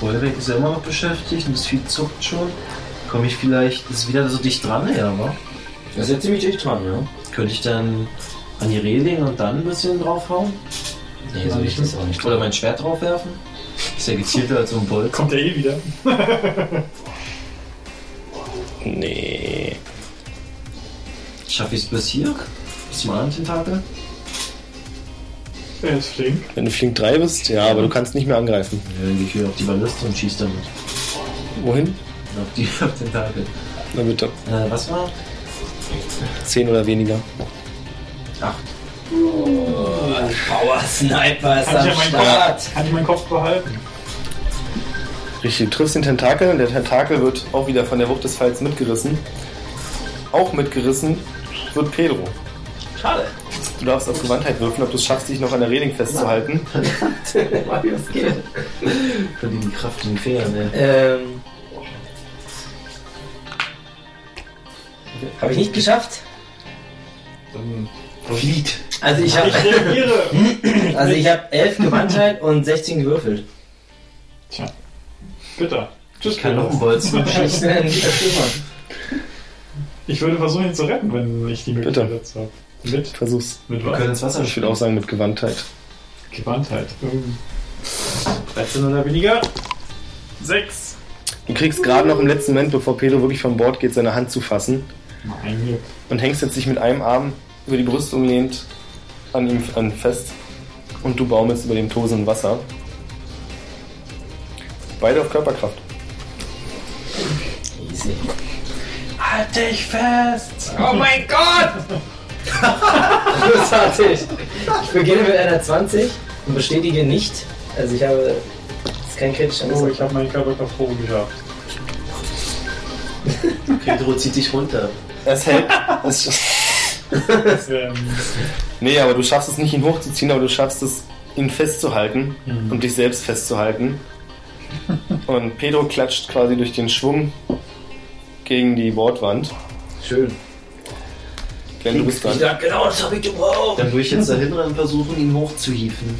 Speaker 3: Bollwerk ist ja immer noch beschäftigt und das Vieh zuckt schon. Komme ich vielleicht. Ist wieder so dicht dran, ja, aber.
Speaker 1: Das ist ja ziemlich dicht dran, ja.
Speaker 3: Könnte ich dann an die Reling und dann ein bisschen Also, draufhauen?
Speaker 1: Nee, so ich das auch nicht.
Speaker 3: Oder mein Schwert draufwerfen? Ist ja gezielter als so ein Bolz.
Speaker 5: Kommt er eh wieder?
Speaker 4: Nee.
Speaker 3: Schaffe ich es bis hier? Bis zum anderen Tentakel?
Speaker 5: Er ist flink.
Speaker 4: Wenn du flink 3 bist, ja, aber du kannst nicht mehr angreifen.
Speaker 3: Ja, dann gehe ich wieder auf die Balliste und schieße damit.
Speaker 4: Wohin?
Speaker 3: Auf die auf den Tentakel.
Speaker 4: Na bitte.
Speaker 3: Äh, was war?
Speaker 4: 10 oder weniger.
Speaker 3: Acht.
Speaker 2: Power Sniper ist
Speaker 5: Kann
Speaker 2: am
Speaker 5: ich, ja meinen
Speaker 2: Start.
Speaker 5: Kopf, kann ich meinen Kopf behalten?
Speaker 4: Richtig, du triffst den Tentakel und der Tentakel wird auch wieder von der Wucht des Falls mitgerissen. Auch mitgerissen wird Pedro.
Speaker 1: Schade.
Speaker 4: Du darfst auf Gewandtheit würfen, ob du es schaffst, dich noch an der Reling festzuhalten.
Speaker 1: Mario, das geht.
Speaker 3: Verdient die Kraft in den Fingern, ne?
Speaker 1: Ähm,
Speaker 2: Habe ich nicht geschafft.
Speaker 3: Flieht.
Speaker 2: Also ich
Speaker 5: Ich
Speaker 2: habe
Speaker 5: reagiere.
Speaker 2: also ich hab 11 Gewandtheit und 16 gewürfelt.
Speaker 5: Tja. Bitter. Tschüss,
Speaker 3: Ich kann noch einen
Speaker 5: Pedro.
Speaker 3: Bolz
Speaker 2: Ich bin ein guter Stürmer.
Speaker 5: Ich würde versuchen, ihn zu retten, wenn ich die Möglichkeit
Speaker 4: Bitte.
Speaker 5: dazu habe. Mit,
Speaker 4: Versuch's.
Speaker 5: mit
Speaker 3: Wir können
Speaker 5: was?
Speaker 3: ins Wasser
Speaker 4: Ich würde auch sagen, mit Gewandtheit.
Speaker 5: Gewandtheit. Ähm, 13 oder weniger. 6.
Speaker 4: Du kriegst gerade noch im letzten Moment, bevor Pedro wirklich von Bord geht, seine Hand zu fassen
Speaker 5: Mein Glück.
Speaker 4: und hängst jetzt dich mit einem Arm über die Brust umlehnt, an ihm an fest. Und du baumelst über dem tosenden Wasser. Beide auf Körperkraft.
Speaker 1: Easy.
Speaker 5: Halt dich fest!
Speaker 1: Oh mein Gott! Großartig. Ich beginne mit einer 20 und bestätige nicht. Also ich habe. Das ist kein kritischer
Speaker 5: Oh,
Speaker 1: Misserfolg.
Speaker 5: ich habe meinen Körperkraft Probe geschafft.
Speaker 3: Pedro zieht dich runter.
Speaker 4: Es hält. es,
Speaker 5: Das wär, ähm,
Speaker 4: nee, aber du schaffst es nicht, ihn hochzuziehen, aber du schaffst es, ihn festzuhalten
Speaker 5: Mhm.
Speaker 4: und dich selbst festzuhalten. Und Pedro klatscht quasi durch den Schwung gegen die Bordwand.
Speaker 3: Schön.
Speaker 4: Glenn, du bist dran.
Speaker 1: Ich dachte, genau das habe ich gebraucht.
Speaker 3: Dann würde ich jetzt dahin rennen und versuchen, ihn hochzuhieven.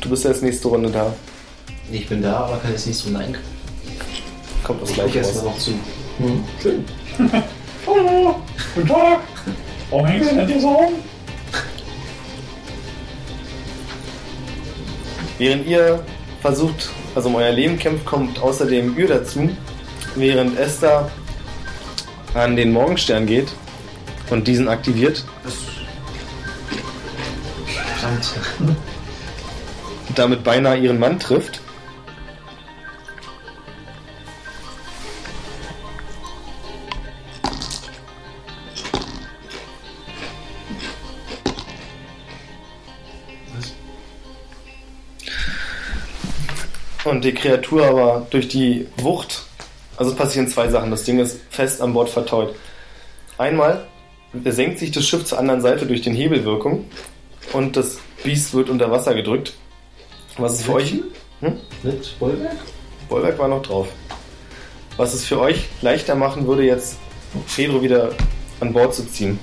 Speaker 4: Du bist erst nächste Runde da.
Speaker 3: Nee, ich bin da, aber kann jetzt nicht so nein.
Speaker 4: Kommt das
Speaker 3: Ich gucke
Speaker 4: gleiche
Speaker 3: erst mal
Speaker 4: raus.
Speaker 3: noch zu.
Speaker 5: Hallo! Guten Tag! Warum hängst du denn hier so rum?
Speaker 4: Während ihr versucht, also um euer Leben kämpft, kommt außerdem Ür dazu, während Esther an den Morgenstern geht und diesen aktiviert.
Speaker 3: Verdammt.
Speaker 4: und damit beinahe ihren Mann trifft. Und die Kreatur aber durch die Wucht, also es passieren zwei Sachen, das Ding ist fest an Bord verteut. Einmal senkt sich das Schiff zur anderen Seite durch den Hebelwirkung und das Biest wird unter Wasser gedrückt. Was ist für euch?
Speaker 3: Mit Bollwerk?
Speaker 4: Bollwerk war noch drauf. Was es für euch leichter machen würde, jetzt Pedro wieder an Bord zu ziehen.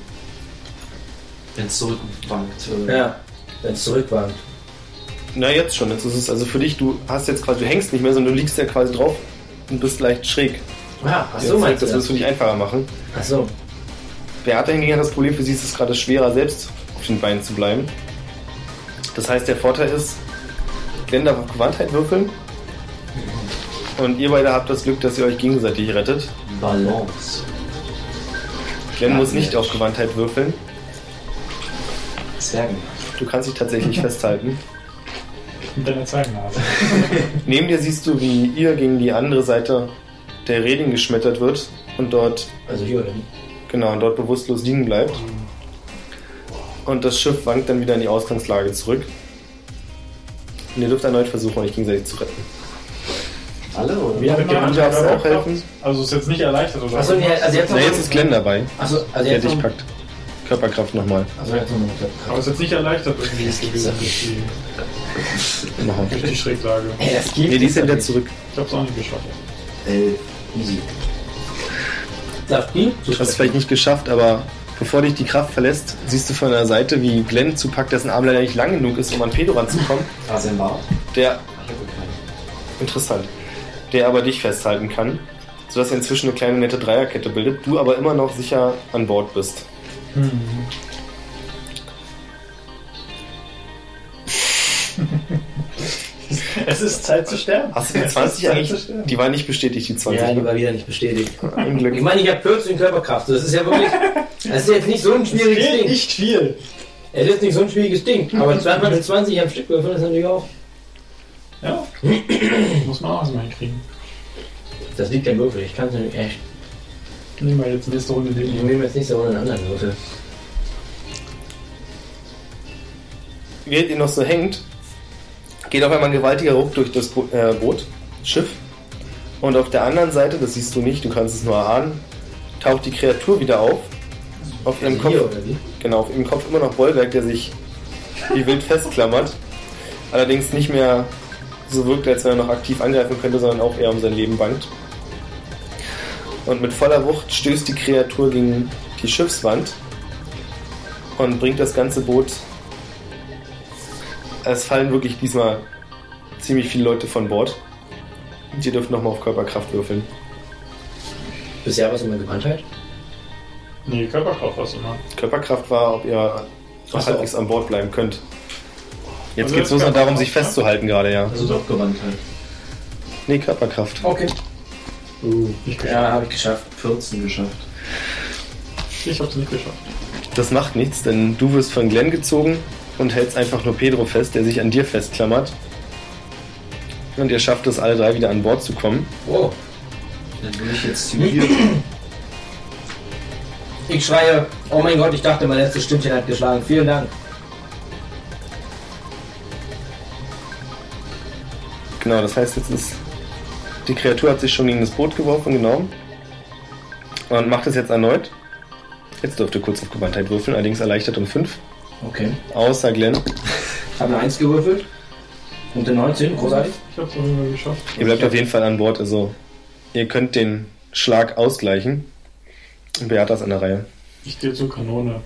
Speaker 3: Wenn es zurückwankt. äh,
Speaker 1: Ja, wenn es zurück war.
Speaker 4: Na, jetzt schon. Jetzt ist es also für dich, du hast jetzt quasi, du hängst nicht mehr, sondern du liegst ja quasi drauf und bist leicht schräg.
Speaker 1: Ah, ach so
Speaker 4: Jetzt
Speaker 1: meinst du
Speaker 4: das wird es
Speaker 1: das?
Speaker 4: für dich einfacher machen.
Speaker 1: Ach so.
Speaker 4: Beate hingegen hat das Problem, für sie ist es gerade schwerer, selbst auf den Beinen zu bleiben. Das heißt, der Vorteil ist, Glenn darf auf Gewandtheit würfeln. Und ihr beide habt das Glück, dass ihr euch gegenseitig rettet.
Speaker 3: Balance.
Speaker 4: Glenn muss nicht auf Gewandtheit würfeln.
Speaker 3: Zwergen.
Speaker 4: Du kannst dich tatsächlich festhalten.
Speaker 5: Mit deiner Zweigennase.
Speaker 4: Neben dir siehst du, wie ihr gegen die andere Seite der Reding geschmettert wird und dort,
Speaker 1: Also hier oder nicht?
Speaker 4: genau, und dort bewusstlos liegen bleibt. Und das Schiff wankt dann wieder in die Ausgangslage zurück. Und ihr dürft erneut versuchen, euch gegenseitig zu retten.
Speaker 3: Alle, oder?
Speaker 5: Wie auch
Speaker 4: Mit
Speaker 5: immer,
Speaker 4: dem
Speaker 5: hat
Speaker 4: darfst
Speaker 5: der
Speaker 4: du auch
Speaker 5: Körperkraft-
Speaker 4: helfen.
Speaker 5: Also ist jetzt nicht erleichtert, oder?
Speaker 1: Achso, nee, also jetzt
Speaker 4: Na, jetzt ist Glenn dabei,
Speaker 1: Achso, also
Speaker 4: der
Speaker 1: jetzt
Speaker 4: dich
Speaker 1: noch.
Speaker 4: packt. Körperkraft nochmal.
Speaker 1: Also jetzt noch eine Körperkraft.
Speaker 5: Aber ist jetzt nicht erleichtert irgendwie.
Speaker 3: Das gibt's ja nicht.
Speaker 5: Die-
Speaker 4: Überhaupt
Speaker 5: Durch die Schräglage.
Speaker 1: Ey, das geht
Speaker 4: Nee, die ist ja
Speaker 1: nicht.
Speaker 4: wieder zurück.
Speaker 5: Ich hab's auch nicht geschafft.
Speaker 3: Elf. Äh, Easy.
Speaker 1: Darf die?
Speaker 4: Du hast es vielleicht nicht geschafft, aber bevor dich die Kraft verlässt, siehst du von der Seite, wie Glenn zupackt, dessen Arm leider nicht lang genug ist, um an Pedro ranzukommen.
Speaker 3: Ah, sein Bart.
Speaker 4: Der
Speaker 3: Ach, ich habe keinen.
Speaker 4: Interessant. Der aber dich festhalten kann, sodass er inzwischen eine kleine nette Dreierkette bildet, du aber immer noch sicher an Bord bist.
Speaker 5: Hm. es ist Zeit zu sterben.
Speaker 4: Hast du die
Speaker 5: Es ist
Speaker 4: 20
Speaker 5: Zeit zu
Speaker 4: eigentlich?
Speaker 5: sterben.
Speaker 4: Die war nicht bestätigt, die 20.
Speaker 1: Ja, die
Speaker 4: ne?
Speaker 1: war wieder nicht bestätigt.
Speaker 4: Ein
Speaker 1: Ich
Speaker 4: Glück.
Speaker 1: meine, ich habe 14 Körperkraft. Das ist ja wirklich. Das ist jetzt nicht so ein
Speaker 5: Es
Speaker 1: schwieriges
Speaker 5: geht
Speaker 1: Ding.
Speaker 5: nicht viel.
Speaker 1: Es ist nicht so ein schwieriges Ding. Aber 220 am Stück würfeln ist natürlich auch.
Speaker 5: Ja. Muss man auch erstmal hinkriegen.
Speaker 1: Das liegt ja wirklich. Ich kann es nicht echt.
Speaker 5: Nehmen wir jetzt nächste Runde den
Speaker 1: Ich
Speaker 5: hier.
Speaker 1: nehme jetzt nicht so einen anderen Würfel.
Speaker 4: Während ihr noch so hängt, geht auf einmal ein gewaltiger Ruck durch das Bo äh, Boot, Schiff. Und auf der anderen Seite, das siehst du nicht, du kannst es nur erahnen, taucht die Kreatur wieder auf. Auf ihrem
Speaker 1: Also
Speaker 4: Kopf
Speaker 1: hier oder wie?
Speaker 4: Genau, auf ihrem Kopf immer noch Bollwerk, der sich wie wild festklammert. Allerdings nicht mehr so wirkt, als wenn er noch aktiv angreifen könnte, sondern auch eher um sein Leben bangt. Und mit voller Wucht stößt die Kreatur gegen die Schiffswand und bringt das ganze Boot. Es fallen wirklich diesmal ziemlich viele Leute von Bord. Und ihr dürft nochmal auf Körperkraft würfeln.
Speaker 1: Bisher war es immer
Speaker 2: halt.
Speaker 1: Gewandtheit.
Speaker 5: Nee, Körperkraft was immer.
Speaker 4: Körperkraft war, ob ihr
Speaker 1: Ach so.
Speaker 4: halbwegs an Bord bleiben könnt. Jetzt
Speaker 5: Also
Speaker 4: geht es
Speaker 5: jetzt
Speaker 4: bloß noch darum,
Speaker 5: Körperkraft,
Speaker 4: sich
Speaker 5: ne?
Speaker 4: festzuhalten gerade, ja.
Speaker 3: Also doch gewandt halt.
Speaker 4: Nee, Körperkraft.
Speaker 1: Okay.
Speaker 5: Ich,
Speaker 1: Ja, habe ich geschafft.
Speaker 3: 14 geschafft.
Speaker 5: ich hab's nicht geschafft.
Speaker 4: Das macht nichts, denn du wirst von Glenn gezogen und hältst einfach nur Pedro fest, der sich an dir festklammert. Und ihr schafft es, alle drei wieder an Bord zu kommen.
Speaker 1: Wow.
Speaker 3: Dann will ich jetzt hier.
Speaker 2: Ich schreie, oh mein Gott, ich dachte, mein letztes Stimmchen hat geschlagen. Vielen Dank.
Speaker 4: Genau, das heißt, jetzt ist. Die Kreatur hat sich schon gegen das Boot geworfen, genau. Und macht es jetzt erneut. Jetzt dürfte kurz auf Gewandtheit würfeln, allerdings erleichtert um 5.
Speaker 2: Okay.
Speaker 4: Außer Glenn.
Speaker 2: Ich habe eine 1 gewürfelt. Und eine 19, großartig.
Speaker 5: Ich hab's auf jeden Fall geschafft.
Speaker 4: Ihr bleibt auf jeden Fall an Bord, also ihr könnt den Schlag ausgleichen. Und Beata ist an der Reihe.
Speaker 5: Ich gehe zur Kanone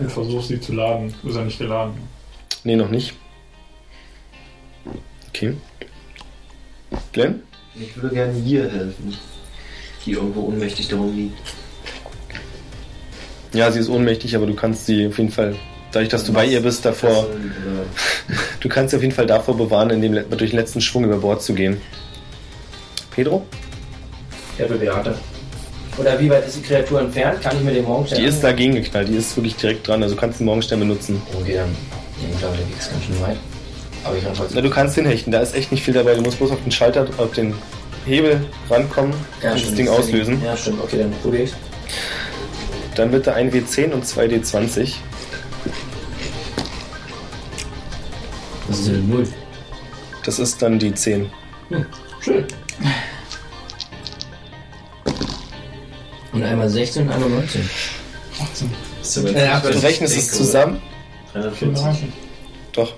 Speaker 5: und versuche sie zu laden. Ist ja nicht geladen.
Speaker 4: Nee, noch nicht. Okay. Glenn?
Speaker 3: Ich würde gerne hier helfen. Die irgendwo ohnmächtig da rumliegt.
Speaker 4: Ja, sie ist ohnmächtig, aber du kannst sie auf jeden Fall, dadurch, dass du bei ihr bist, davor,
Speaker 3: Fesseln oder-
Speaker 4: du kannst sie auf jeden Fall davor bewahren, in dem, le- durch den letzten Schwung über Bord zu gehen. Pedro?
Speaker 2: Der Beate. Oder wie weit ist die Kreatur entfernt? Kann ich mir den morgen stellen?
Speaker 4: Die ist dagegen geknallt, die ist wirklich direkt dran, also kannst du den Morgenstern benutzen.
Speaker 2: Okay, dann. Ja, Ich glaube, der Weg ist ganz schön weit. Aber ich kann
Speaker 4: Na,
Speaker 2: trotzdem.
Speaker 4: du kannst den hechten, da ist echt nicht viel dabei, du musst bloß auf den Schalter, auf den Hebel rankommen
Speaker 2: Ja,
Speaker 4: und das
Speaker 2: stimmt,
Speaker 4: Ding auslösen.
Speaker 2: Ja, stimmt. Okay, dann probiere ich.
Speaker 4: Dann bitte ein W10 und zwei D20.
Speaker 2: Das ist eine 0.
Speaker 4: Das ist dann die 10.
Speaker 2: Schön. Und einmal 16 und einmal 19.
Speaker 5: 18.
Speaker 3: Ist aber
Speaker 4: Äh,
Speaker 3: nicht,
Speaker 4: du
Speaker 3: weil
Speaker 4: rechnest
Speaker 3: ich
Speaker 4: es
Speaker 3: denke, oder?
Speaker 4: zusammen?
Speaker 3: 340.
Speaker 5: 34.
Speaker 4: Doch.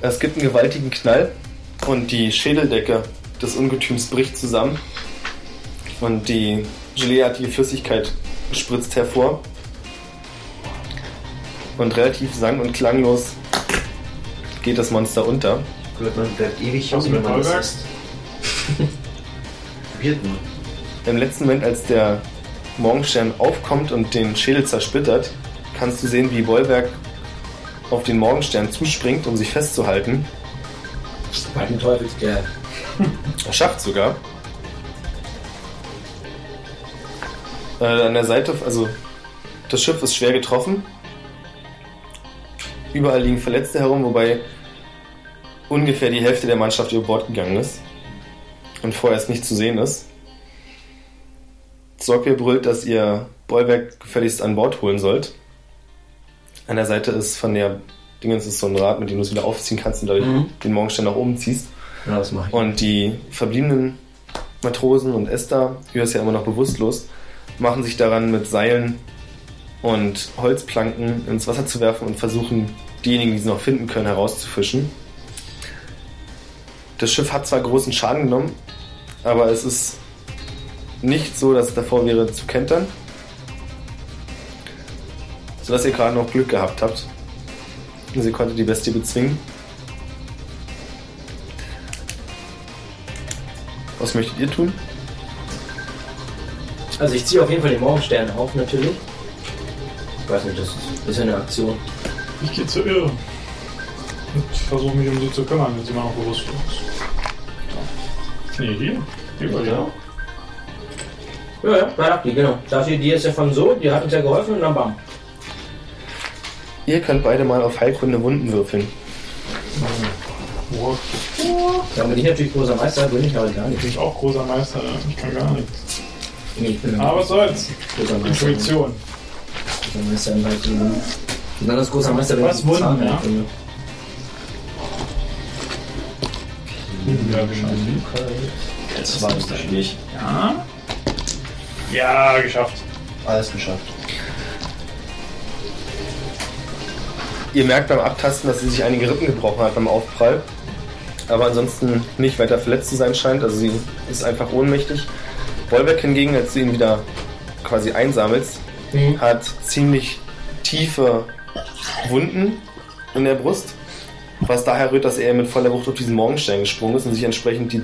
Speaker 4: Es gibt einen gewaltigen Knall und die Schädeldecke des Ungetüms bricht zusammen und die geleeartige Flüssigkeit spritzt hervor und relativ sang- und klanglos geht das Monster unter.
Speaker 3: Gut, man bleibt ewig
Speaker 5: Hast
Speaker 3: jung,
Speaker 5: du
Speaker 3: wenn man
Speaker 5: Vollgas?
Speaker 3: das ist. Probiert mal.
Speaker 4: Im letzten Moment, als der Morgenstern aufkommt und den Schädel zersplittert, kannst du sehen, wie Bollwerk auf den Morgenstern zuspringt, um sich festzuhalten.
Speaker 2: Bei dem Teufelskerl.
Speaker 4: Er schafft sogar. Äh, an der Seite, also das Schiff ist schwer getroffen. Überall liegen Verletzte herum, wobei ungefähr die Hälfte der Mannschaft über Bord gegangen ist und vorerst nicht zu sehen ist. Sorge brüllt, dass ihr Bollwerk gefälligst an Bord holen sollt. An der Seite ist von der Dingens ist so ein Rad, mit dem du es wieder aufziehen kannst und dadurch
Speaker 2: Mhm.
Speaker 4: den Morgenstern nach oben ziehst.
Speaker 2: Ja, das mache ich.
Speaker 4: Und die verbliebenen Matrosen und Esther, Jür ist ja immer noch bewusstlos, machen sich daran, mit Seilen und Holzplanken ins Wasser zu werfen und versuchen, diejenigen, die sie noch finden können, herauszufischen. Das Schiff hat zwar großen Schaden genommen, aber es ist nicht so, dass es davor wäre zu kentern. Sodass ihr gerade noch Glück gehabt habt. Sie konnte die Bestie bezwingen. Was möchtet ihr tun?
Speaker 2: Also ich ziehe auf jeden Fall den Morgenstern auf, natürlich. Ich weiß nicht, das ist- ist ja eine Aktion.
Speaker 5: Ich gehe zur Irre. Und versuche mich um sie zu kümmern, wenn sie mal noch bewusstlos ist. Nee, hier. Über ja.
Speaker 2: Ja, ja, bei Abdi, genau. Dafür, die ist ja von so, die hat uns ja geholfen und dann bam.
Speaker 4: Ihr könnt beide mal auf Heilkunde Wunden würfeln.
Speaker 5: Boah,
Speaker 2: Dann bin ich natürlich großer Meister, bin ich aber gar
Speaker 5: bin
Speaker 2: nicht.
Speaker 5: ich auch großer Meister. ne? Ich kann gar nichts.
Speaker 2: Nee, ich bin
Speaker 5: Aber was soll's.
Speaker 2: großer Meister.
Speaker 5: Intuition.
Speaker 2: Großer Meister im genau. Heiligen. Und dann das großer Meister, wenn
Speaker 5: Was
Speaker 2: ich die
Speaker 5: wollen
Speaker 2: Zahlen
Speaker 5: wir?
Speaker 2: finde.
Speaker 5: Ja, geschafft.
Speaker 3: Das war nicht schwierig.
Speaker 5: Ja. Ja, geschafft.
Speaker 3: Alles geschafft.
Speaker 4: Ihr merkt beim Abtasten, dass sie sich einige Rippen gebrochen hat beim Aufprall. Aber ansonsten nicht weiter verletzt zu sein scheint. Also sie ist einfach ohnmächtig. Wolbeck hingegen, als du ihn wieder quasi einsammelst,
Speaker 2: Mhm.
Speaker 4: hat ziemlich tiefe Wunden in der Brust. Was daher rührt, dass er mit voller Wucht auf diesen Morgenstern gesprungen ist und sich entsprechend die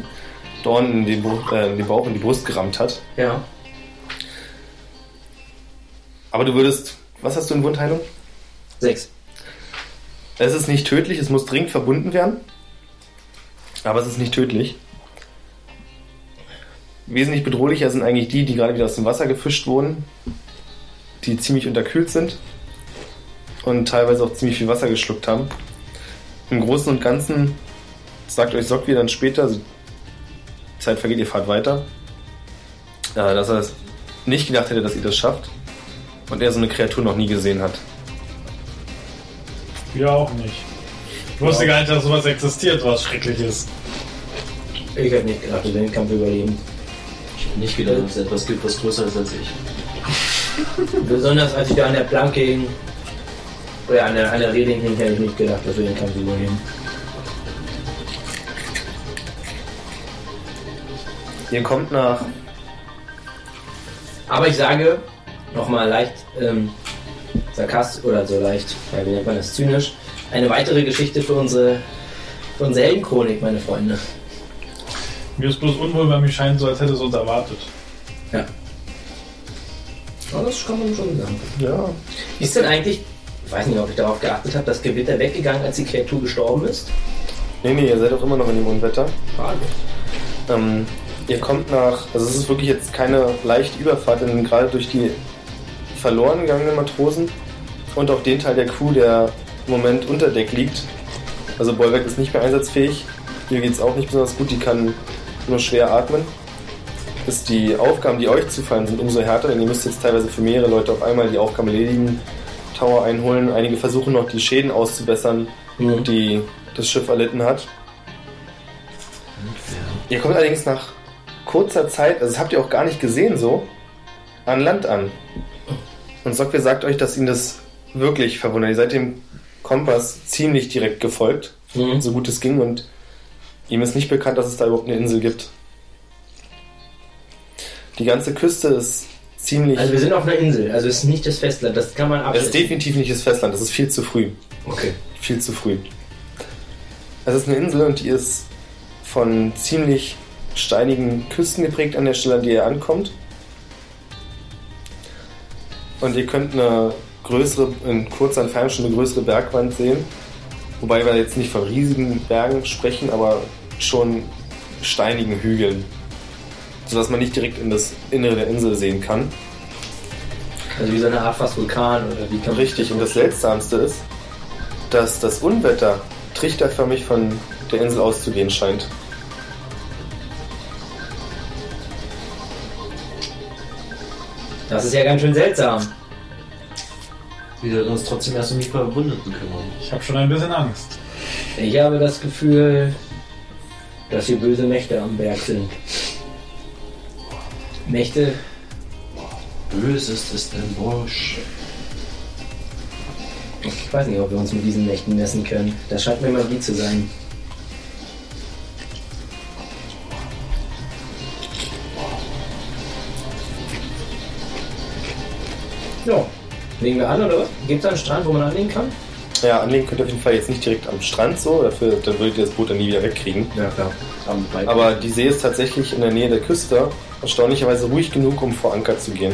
Speaker 4: Dornen in den, Bu- äh, in den Bauch und die Brust gerammt hat.
Speaker 2: Ja.
Speaker 4: Aber du würdest. Was hast du in Wundheilung?
Speaker 2: Sechs.
Speaker 4: Es ist nicht tödlich, es muss dringend verbunden werden. Aber es ist nicht tödlich. Wesentlich bedrohlicher sind eigentlich die, die gerade wieder aus dem Wasser gefischt wurden, die ziemlich unterkühlt sind und teilweise auch ziemlich viel Wasser geschluckt haben. Im Großen und Ganzen sagt euch Sock wieder dann später, also Zeit vergeht, ihr fahrt weiter, äh, dass er es nicht gedacht hätte, dass ihr das schafft und er so eine Kreatur noch nie gesehen hat.
Speaker 5: Wir auch nicht. Ich wusste gar nicht, dass sowas existiert, was schrecklich ist.
Speaker 2: Ich hätte nicht gedacht, dass wir den Kampf überleben.
Speaker 3: Ich habe nicht gedacht, dass es etwas gibt, was größer ist als ich.
Speaker 2: Besonders als ich da an der Planke hing, oder an der, an der Reding hing, hätte ich nicht gedacht, dass wir den Kampf überleben.
Speaker 4: Ihr kommt nach
Speaker 2: Aber ich sage, nochmal leicht ähm, sarkastisch oder so leicht, weil wie nennt man das, zynisch, eine weitere Geschichte für unsere, für unsere Heldenchronik, meine Freunde.
Speaker 5: Mir ist bloß unwohl, weil mir scheint so, als hätte es uns erwartet.
Speaker 2: Ja, das kann man schon sagen.
Speaker 4: ja,
Speaker 2: Ist denn eigentlich, ich weiß nicht, ob ich darauf geachtet habe, das Gewitter weggegangen, als die Kreatur gestorben ist?
Speaker 4: Nee, nee, ihr seid auch immer noch in dem Unwetter. Ähm, ihr kommt nach, also es ist wirklich jetzt keine leichte Überfahrt, denn gerade durch die verloren gegangenen Matrosen und auch den Teil der Crew, der im Moment unter Deck liegt. Also Bollwerk ist nicht mehr einsatzfähig. Ihr geht's auch nicht besonders gut, die kann nur schwer atmen. Ist die Aufgaben, die euch zufallen, sind umso härter, denn ihr müsst jetzt teilweise für mehrere Leute auf einmal die Aufgaben erledigen, Tower einholen. Einige versuchen noch die Schäden auszubessern, die das Schiff erlitten hat. Ihr kommt allerdings nach kurzer Zeit, also das habt ihr auch gar nicht gesehen so, an Land an. Und Sokwe sagt euch, dass ihn das wirklich verwundert. Ihr seid dem Kompass ziemlich direkt gefolgt,
Speaker 2: Mhm.
Speaker 4: so gut es ging, und ihm ist nicht bekannt, dass es da überhaupt eine Insel gibt. Die ganze Küste ist ziemlich.
Speaker 2: Also wir sind auf einer Insel, also es ist nicht das Festland, das kann man
Speaker 4: es ist
Speaker 2: abschätzen.
Speaker 4: definitiv nicht das Festland, es ist viel zu früh.
Speaker 2: Okay.
Speaker 4: viel zu früh. Es ist eine Insel und die ist von ziemlich steinigen Küsten geprägt an der Stelle, an die ihr ankommt. Und ihr könnt eine größere, in kurzer Entfernung schon eine größere Bergwand sehen. Wobei wir jetzt nicht von riesigen Bergen sprechen, aber schon steinigen Hügeln. Sodass man nicht direkt in das Innere der Insel sehen kann.
Speaker 2: Also wie so eine Art fast Vulkan oder wie kann man
Speaker 4: Richtig, und das Seltsamste ist, dass das Unwetter trichterförmig von der Insel auszugehen scheint.
Speaker 2: Das ist ja ganz schön seltsam.
Speaker 3: Wir sollten uns trotzdem erst um die Verwundeten kümmern.
Speaker 5: Ich habe schon ein bisschen Angst.
Speaker 2: Ich habe das Gefühl, dass hier böse Mächte am Berg sind. Mächte,
Speaker 3: Böses ist ein Bursch.
Speaker 2: ich weiß nicht, ob wir uns mit diesen Mächten messen können. Das scheint mir Magie zu sein. Ja, legen wir an oder was? Gibt es da einen Strand, wo man anlegen kann?
Speaker 4: Ja, anlegen könnt ihr auf jeden Fall jetzt nicht direkt am Strand so, dafür dann würdet ihr das Boot dann nie wieder wegkriegen.
Speaker 2: Ja, klar.
Speaker 3: Am Balken.
Speaker 4: Aber die See ist tatsächlich in der Nähe der Küste erstaunlicherweise ruhig genug, um vor Anker zu gehen.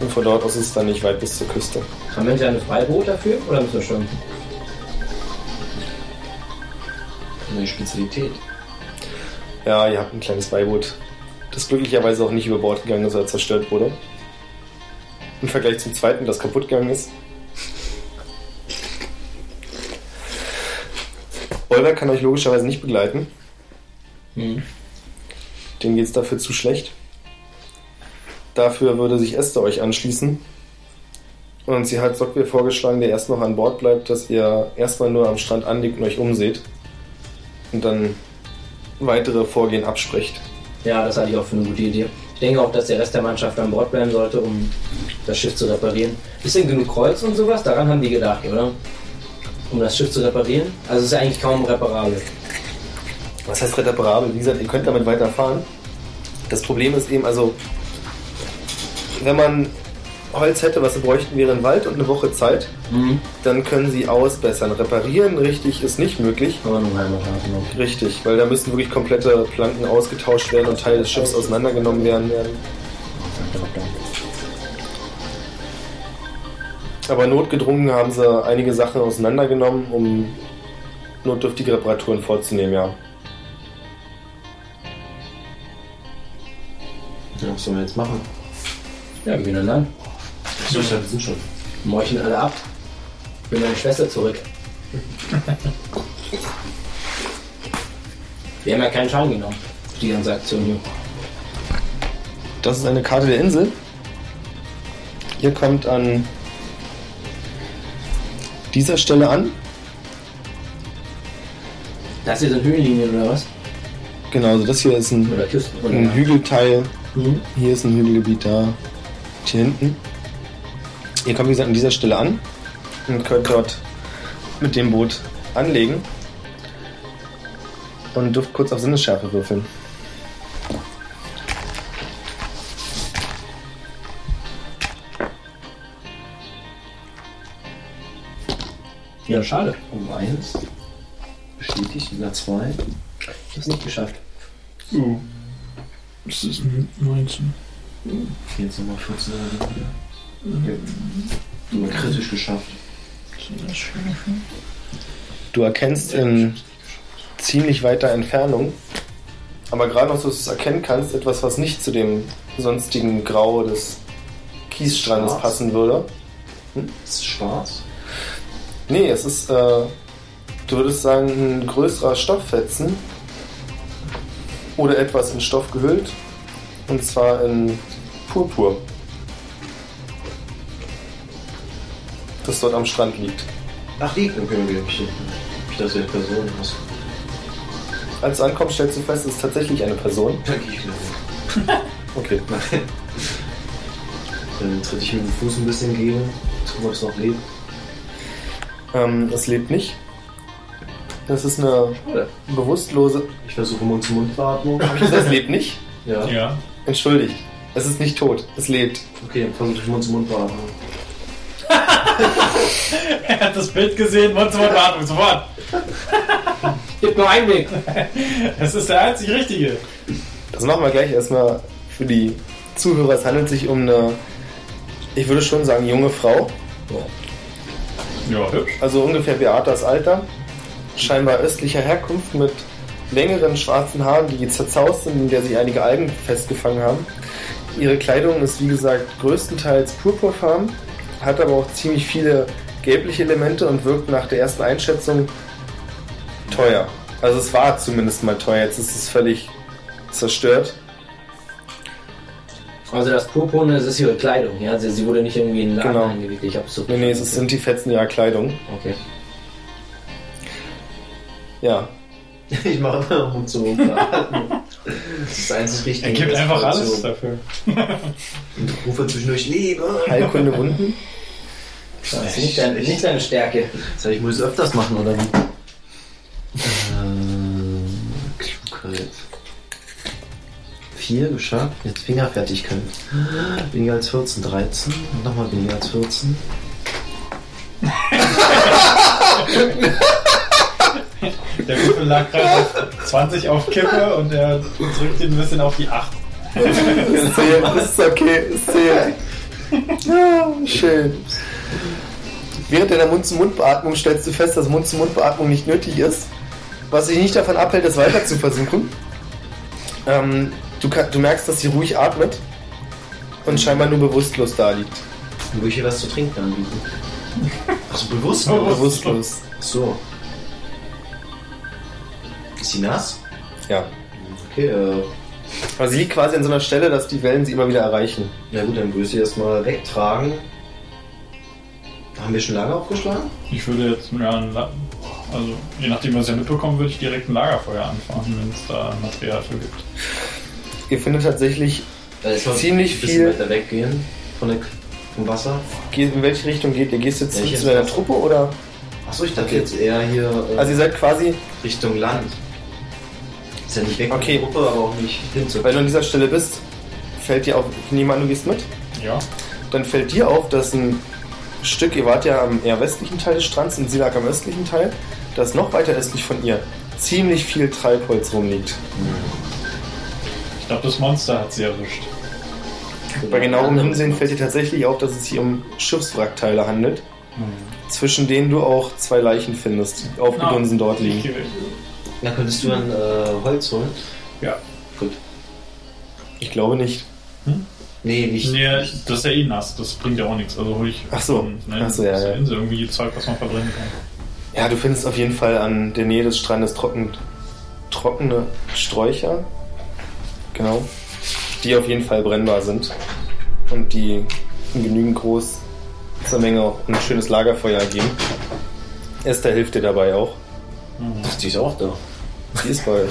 Speaker 4: Und von dort aus ist es dann nicht weit bis zur Küste.
Speaker 2: Haben wir denn ein Freiboot dafür oder müssen wir schon?
Speaker 3: eine Spezialität.
Speaker 4: Ja, ihr habt ein kleines Beiboot, das glücklicherweise auch nicht über Bord gegangen ist oder zerstört wurde. Im Vergleich zum zweiten, das kaputt gegangen ist. Bolwerk kann euch logischerweise nicht begleiten.
Speaker 2: Hm.
Speaker 4: Dem geht's dafür zu schlecht. Dafür würde sich Esther euch anschließen. Und sie hat Sokwe vorgeschlagen, der erst noch an Bord bleibt, dass ihr erstmal nur am Strand anlegt und euch umseht. Und dann weitere Vorgehen abspricht.
Speaker 2: Ja, das halte ich auch für eine gute Idee. Ich denke auch, dass der Rest der Mannschaft an Bord bleiben sollte, um das Schiff zu reparieren. Ist denn genug Kreuz und sowas? Daran haben die gedacht, oder? Um das Schiff zu reparieren? Also es ist ja eigentlich kaum reparabel.
Speaker 4: Was heißt reparabel? Wie gesagt, ihr könnt damit weiterfahren. Das Problem ist eben, also, wenn man Holz hätte, was sie bräuchten, wäre ein Wald und eine Woche Zeit,
Speaker 2: Hm,
Speaker 4: dann können sie ausbessern. Reparieren richtig ist nicht möglich.
Speaker 2: Aber nur Heimathafen. okay.
Speaker 4: Richtig, weil da müssen wirklich komplette Planken ausgetauscht werden und Teile des Schiffs auseinandergenommen werden. Aber notgedrungen haben sie einige Sachen auseinandergenommen, um notdürftige Reparaturen vorzunehmen, ja.
Speaker 3: was sollen wir jetzt machen?
Speaker 2: Ja, wir gehen dann lang.
Speaker 3: So, ich sind schon.
Speaker 2: Morchen alle ab. Ich bin meine Schwester zurück. wir haben ja keinen Schaden genommen für die ganze Aktion hier.
Speaker 4: Das ist eine Karte der Insel. Ihr kommt an dieser Stelle an.
Speaker 2: Das hier sind Höhenlinien oder was?
Speaker 4: Genau, also das hier ist ein,
Speaker 2: Oder Küsten? Oder
Speaker 4: ein Hügelteil.
Speaker 2: Mhm.
Speaker 4: Hier ist ein Hügelgebiet, da und hier hinten. Ihr kommt, wie gesagt, an dieser Stelle an und könnt dort mit dem Boot anlegen und dürft kurz auf Sinnesschärfe würfeln.
Speaker 2: Ja, schade.
Speaker 3: Um eins. Bestätigt, über zwei.
Speaker 2: Ich hab's nicht geschafft.
Speaker 5: Uh. Das ist ein 19.
Speaker 3: Jetzt nochmal 14 oder so. Okay. Mhm. Kritisch geschafft.
Speaker 4: Du erkennst in ziemlich weiter Entfernung, aber gerade noch so, dass du es erkennen kannst, etwas, was nicht zu dem sonstigen Grau des Kiesstrandes
Speaker 3: Schwarz.
Speaker 4: passen würde.
Speaker 3: Ist es schwarz?
Speaker 4: Nee, es ist, äh, du würdest sagen, ein größerer Stofffetzen oder etwas in Stoff gehüllt und zwar in Purpur, das dort am Strand liegt.
Speaker 3: Ach, die. Okay, okay, ich, ich dachte, die Person hast.
Speaker 4: Als du ankommst, stellst du fest, es ist tatsächlich eine Person.
Speaker 3: Danke, ich glaube.
Speaker 4: Okay.
Speaker 3: Dann tritt ich mit dem Fuß ein bisschen gegen. Guck mal, ob es noch lebt.
Speaker 4: Ähm, es lebt nicht. Das ist eine bewusstlose.
Speaker 3: Ich versuche Mund-zu-Mund-Beatmung.
Speaker 4: Das lebt nicht?
Speaker 3: ja.
Speaker 5: Ja.
Speaker 4: Entschuldigt. Es ist nicht tot. Es lebt.
Speaker 3: Okay, dann versuche ich Mund-zu-Mund-Beatmung.
Speaker 5: Er hat das Bild gesehen, Mund zu Mund Beatmung, sofort.
Speaker 2: Gibt nur einen Weg.
Speaker 5: Das ist der einzig richtige.
Speaker 4: Das machen wir gleich erstmal für die Zuhörer. Es handelt sich um eine, ich würde schon sagen, junge Frau.
Speaker 5: Ja, hübsch.
Speaker 4: Also ungefähr Beatas Alter. Scheinbar östlicher Herkunft mit längeren schwarzen Haaren, die zerzaust sind, in der sich einige Algen festgefangen haben. Ihre Kleidung ist wie gesagt größtenteils purpurfarben, hat aber auch ziemlich viele gelbliche Elemente und wirkt nach der ersten Einschätzung teuer. Also es war zumindest mal teuer, jetzt ist es völlig zerstört.
Speaker 2: Also das Purpurne, das ist ihre Kleidung, ja? Sie, sie wurde nicht irgendwie in den Laden
Speaker 4: Genau.
Speaker 2: eingewickelt. Ich hab's so
Speaker 4: Nee, nee, es sind die Fetzen ihrer Kleidung.
Speaker 2: Okay.
Speaker 4: Ja.
Speaker 3: Ich mache immer noch Mund-zu-Mund-Beatmung. Das ist das einzig richtige.
Speaker 5: Er gibt einfach alles
Speaker 3: Und
Speaker 5: dafür.
Speaker 3: ich rufe zwischendurch Liebe.
Speaker 4: Heilkunde Wunden.
Speaker 2: Das ist nicht deine, nicht deine Stärke.
Speaker 3: Das heißt, ich muss es öfters machen, oder wie? Äh, Klugheit. Vier geschafft, jetzt Fingerfertigkeit. Weniger als 14, 13. Und nochmal weniger als 14.
Speaker 5: Der Würfel lag gerade auf 20 auf Kippe und er drückt ihn ein bisschen auf die 8.
Speaker 4: Es zählt, es ist okay, es zählt. Ja, schön. Während deiner Mund-zu-Mund-Beatmung stellst du fest, dass Mund-zu-Mund-Beatmung nicht nötig ist, was dich nicht davon abhält, es weiter zu versuchen. Ähm, du, kann, du merkst, dass sie ruhig atmet und scheinbar nur bewusstlos da liegt.
Speaker 3: Dann würde ich ihr was zu trinken anbieten. Achso, bewusst?
Speaker 4: Oh, Bewusstlos.
Speaker 3: Ach So. Ist sie nass?
Speaker 4: Ja.
Speaker 3: Okay, äh,
Speaker 4: Aber sie liegt quasi an so einer Stelle, dass die Wellen sie immer wieder erreichen.
Speaker 3: na gut, dann würde ich sie erstmal wegtragen. Haben wir schon lange aufgeschlagen?
Speaker 5: Ich würde jetzt ja, ein La also je nachdem, was ich ja mitbekomme, würde ich direkt ein Lagerfeuer anfachen,
Speaker 4: Mhm.
Speaker 5: wenn es da Material für gibt.
Speaker 4: Ihr findet tatsächlich,
Speaker 3: Also
Speaker 4: Äh, Ziemlich
Speaker 3: ein bisschen
Speaker 4: viel.
Speaker 3: weiter weggehen von der, vom Wasser.
Speaker 4: geht- in welche Richtung geht ihr? Gehst du jetzt
Speaker 3: Ja, ich jetzt-
Speaker 4: zu deiner Truppe oder?
Speaker 3: Achso, ich dachte jetzt eher hier äh,
Speaker 4: Also ihr seid quasi
Speaker 3: Richtung Land. Ist ja nicht weg von
Speaker 4: Okay.
Speaker 3: der Gruppe, aber auch nicht hinzu.
Speaker 4: Weil du an dieser Stelle bist, fällt dir auf, niemand, du gehst mit,
Speaker 5: Ja.
Speaker 4: dann fällt dir auf, dass ein Stück, ihr wart ja am eher westlichen Teil des Strands und sie lag am östlichen Teil, dass noch weiter östlich von ihr ziemlich viel Treibholz rumliegt.
Speaker 5: Ich glaube, das Monster hat sie erwischt.
Speaker 4: Bei genauem Hinsehen fällt dir tatsächlich auf, dass es sich um Schiffswrackteile handelt, zwischen denen du auch zwei Leichen findest, die aufgedunsen dort
Speaker 5: Ich
Speaker 4: liegen.
Speaker 5: gebe-
Speaker 3: Da könntest du dann äh, Holz holen.
Speaker 5: Ja.
Speaker 3: Gut.
Speaker 4: Ich glaube nicht.
Speaker 3: Nee, nicht.
Speaker 5: Nee, das ist ja eh nass, das bringt ja auch nichts. Also hol ich.
Speaker 4: Ach so.
Speaker 5: ne,
Speaker 4: Ach so, ja,
Speaker 5: das ist
Speaker 4: ja.
Speaker 5: Insel, irgendwie Zeug, was man verbrennen kann.
Speaker 4: Ja, du findest auf jeden Fall an der Nähe des Strandes trocken, trockene Sträucher. Genau. Die auf jeden Fall brennbar sind. Und die in genügend großer Menge auch ein schönes Lagerfeuer ergeben. Esther hilft dir dabei auch.
Speaker 5: Hm.
Speaker 3: Ach, die ist auch da.
Speaker 4: Die ist bei euch.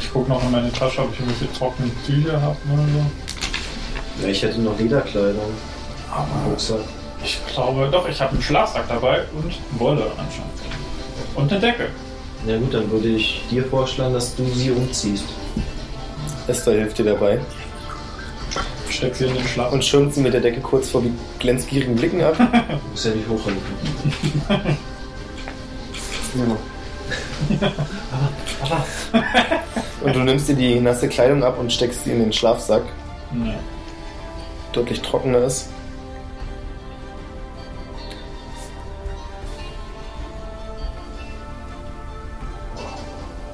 Speaker 5: Ich gucke noch in meine Tasche, ob ich irgendwelche trockenen Tücher habe oder so.
Speaker 3: Ja, ich hätte noch Lederkleidung.
Speaker 5: Aber
Speaker 3: Rucksack.
Speaker 5: ich glaube, doch, ich habe einen Schlafsack dabei und Wolle anscheinend. Und eine Decke.
Speaker 3: Na gut, dann würde ich dir vorschlagen, dass du sie umziehst.
Speaker 4: Esther hilft dir dabei.
Speaker 5: Steck sie in den Schlaf.
Speaker 4: Und schirmt sie mit der Decke kurz vor glänzgierigen Blicken ab.
Speaker 3: Du musst ja nicht hochhalten.
Speaker 4: Und du nimmst dir die nasse Kleidung ab und steckst sie in den Schlafsack.
Speaker 5: Nee.
Speaker 4: deutlich trockener ist.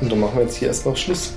Speaker 4: Und dann machen wir jetzt hier erstmal Schluss.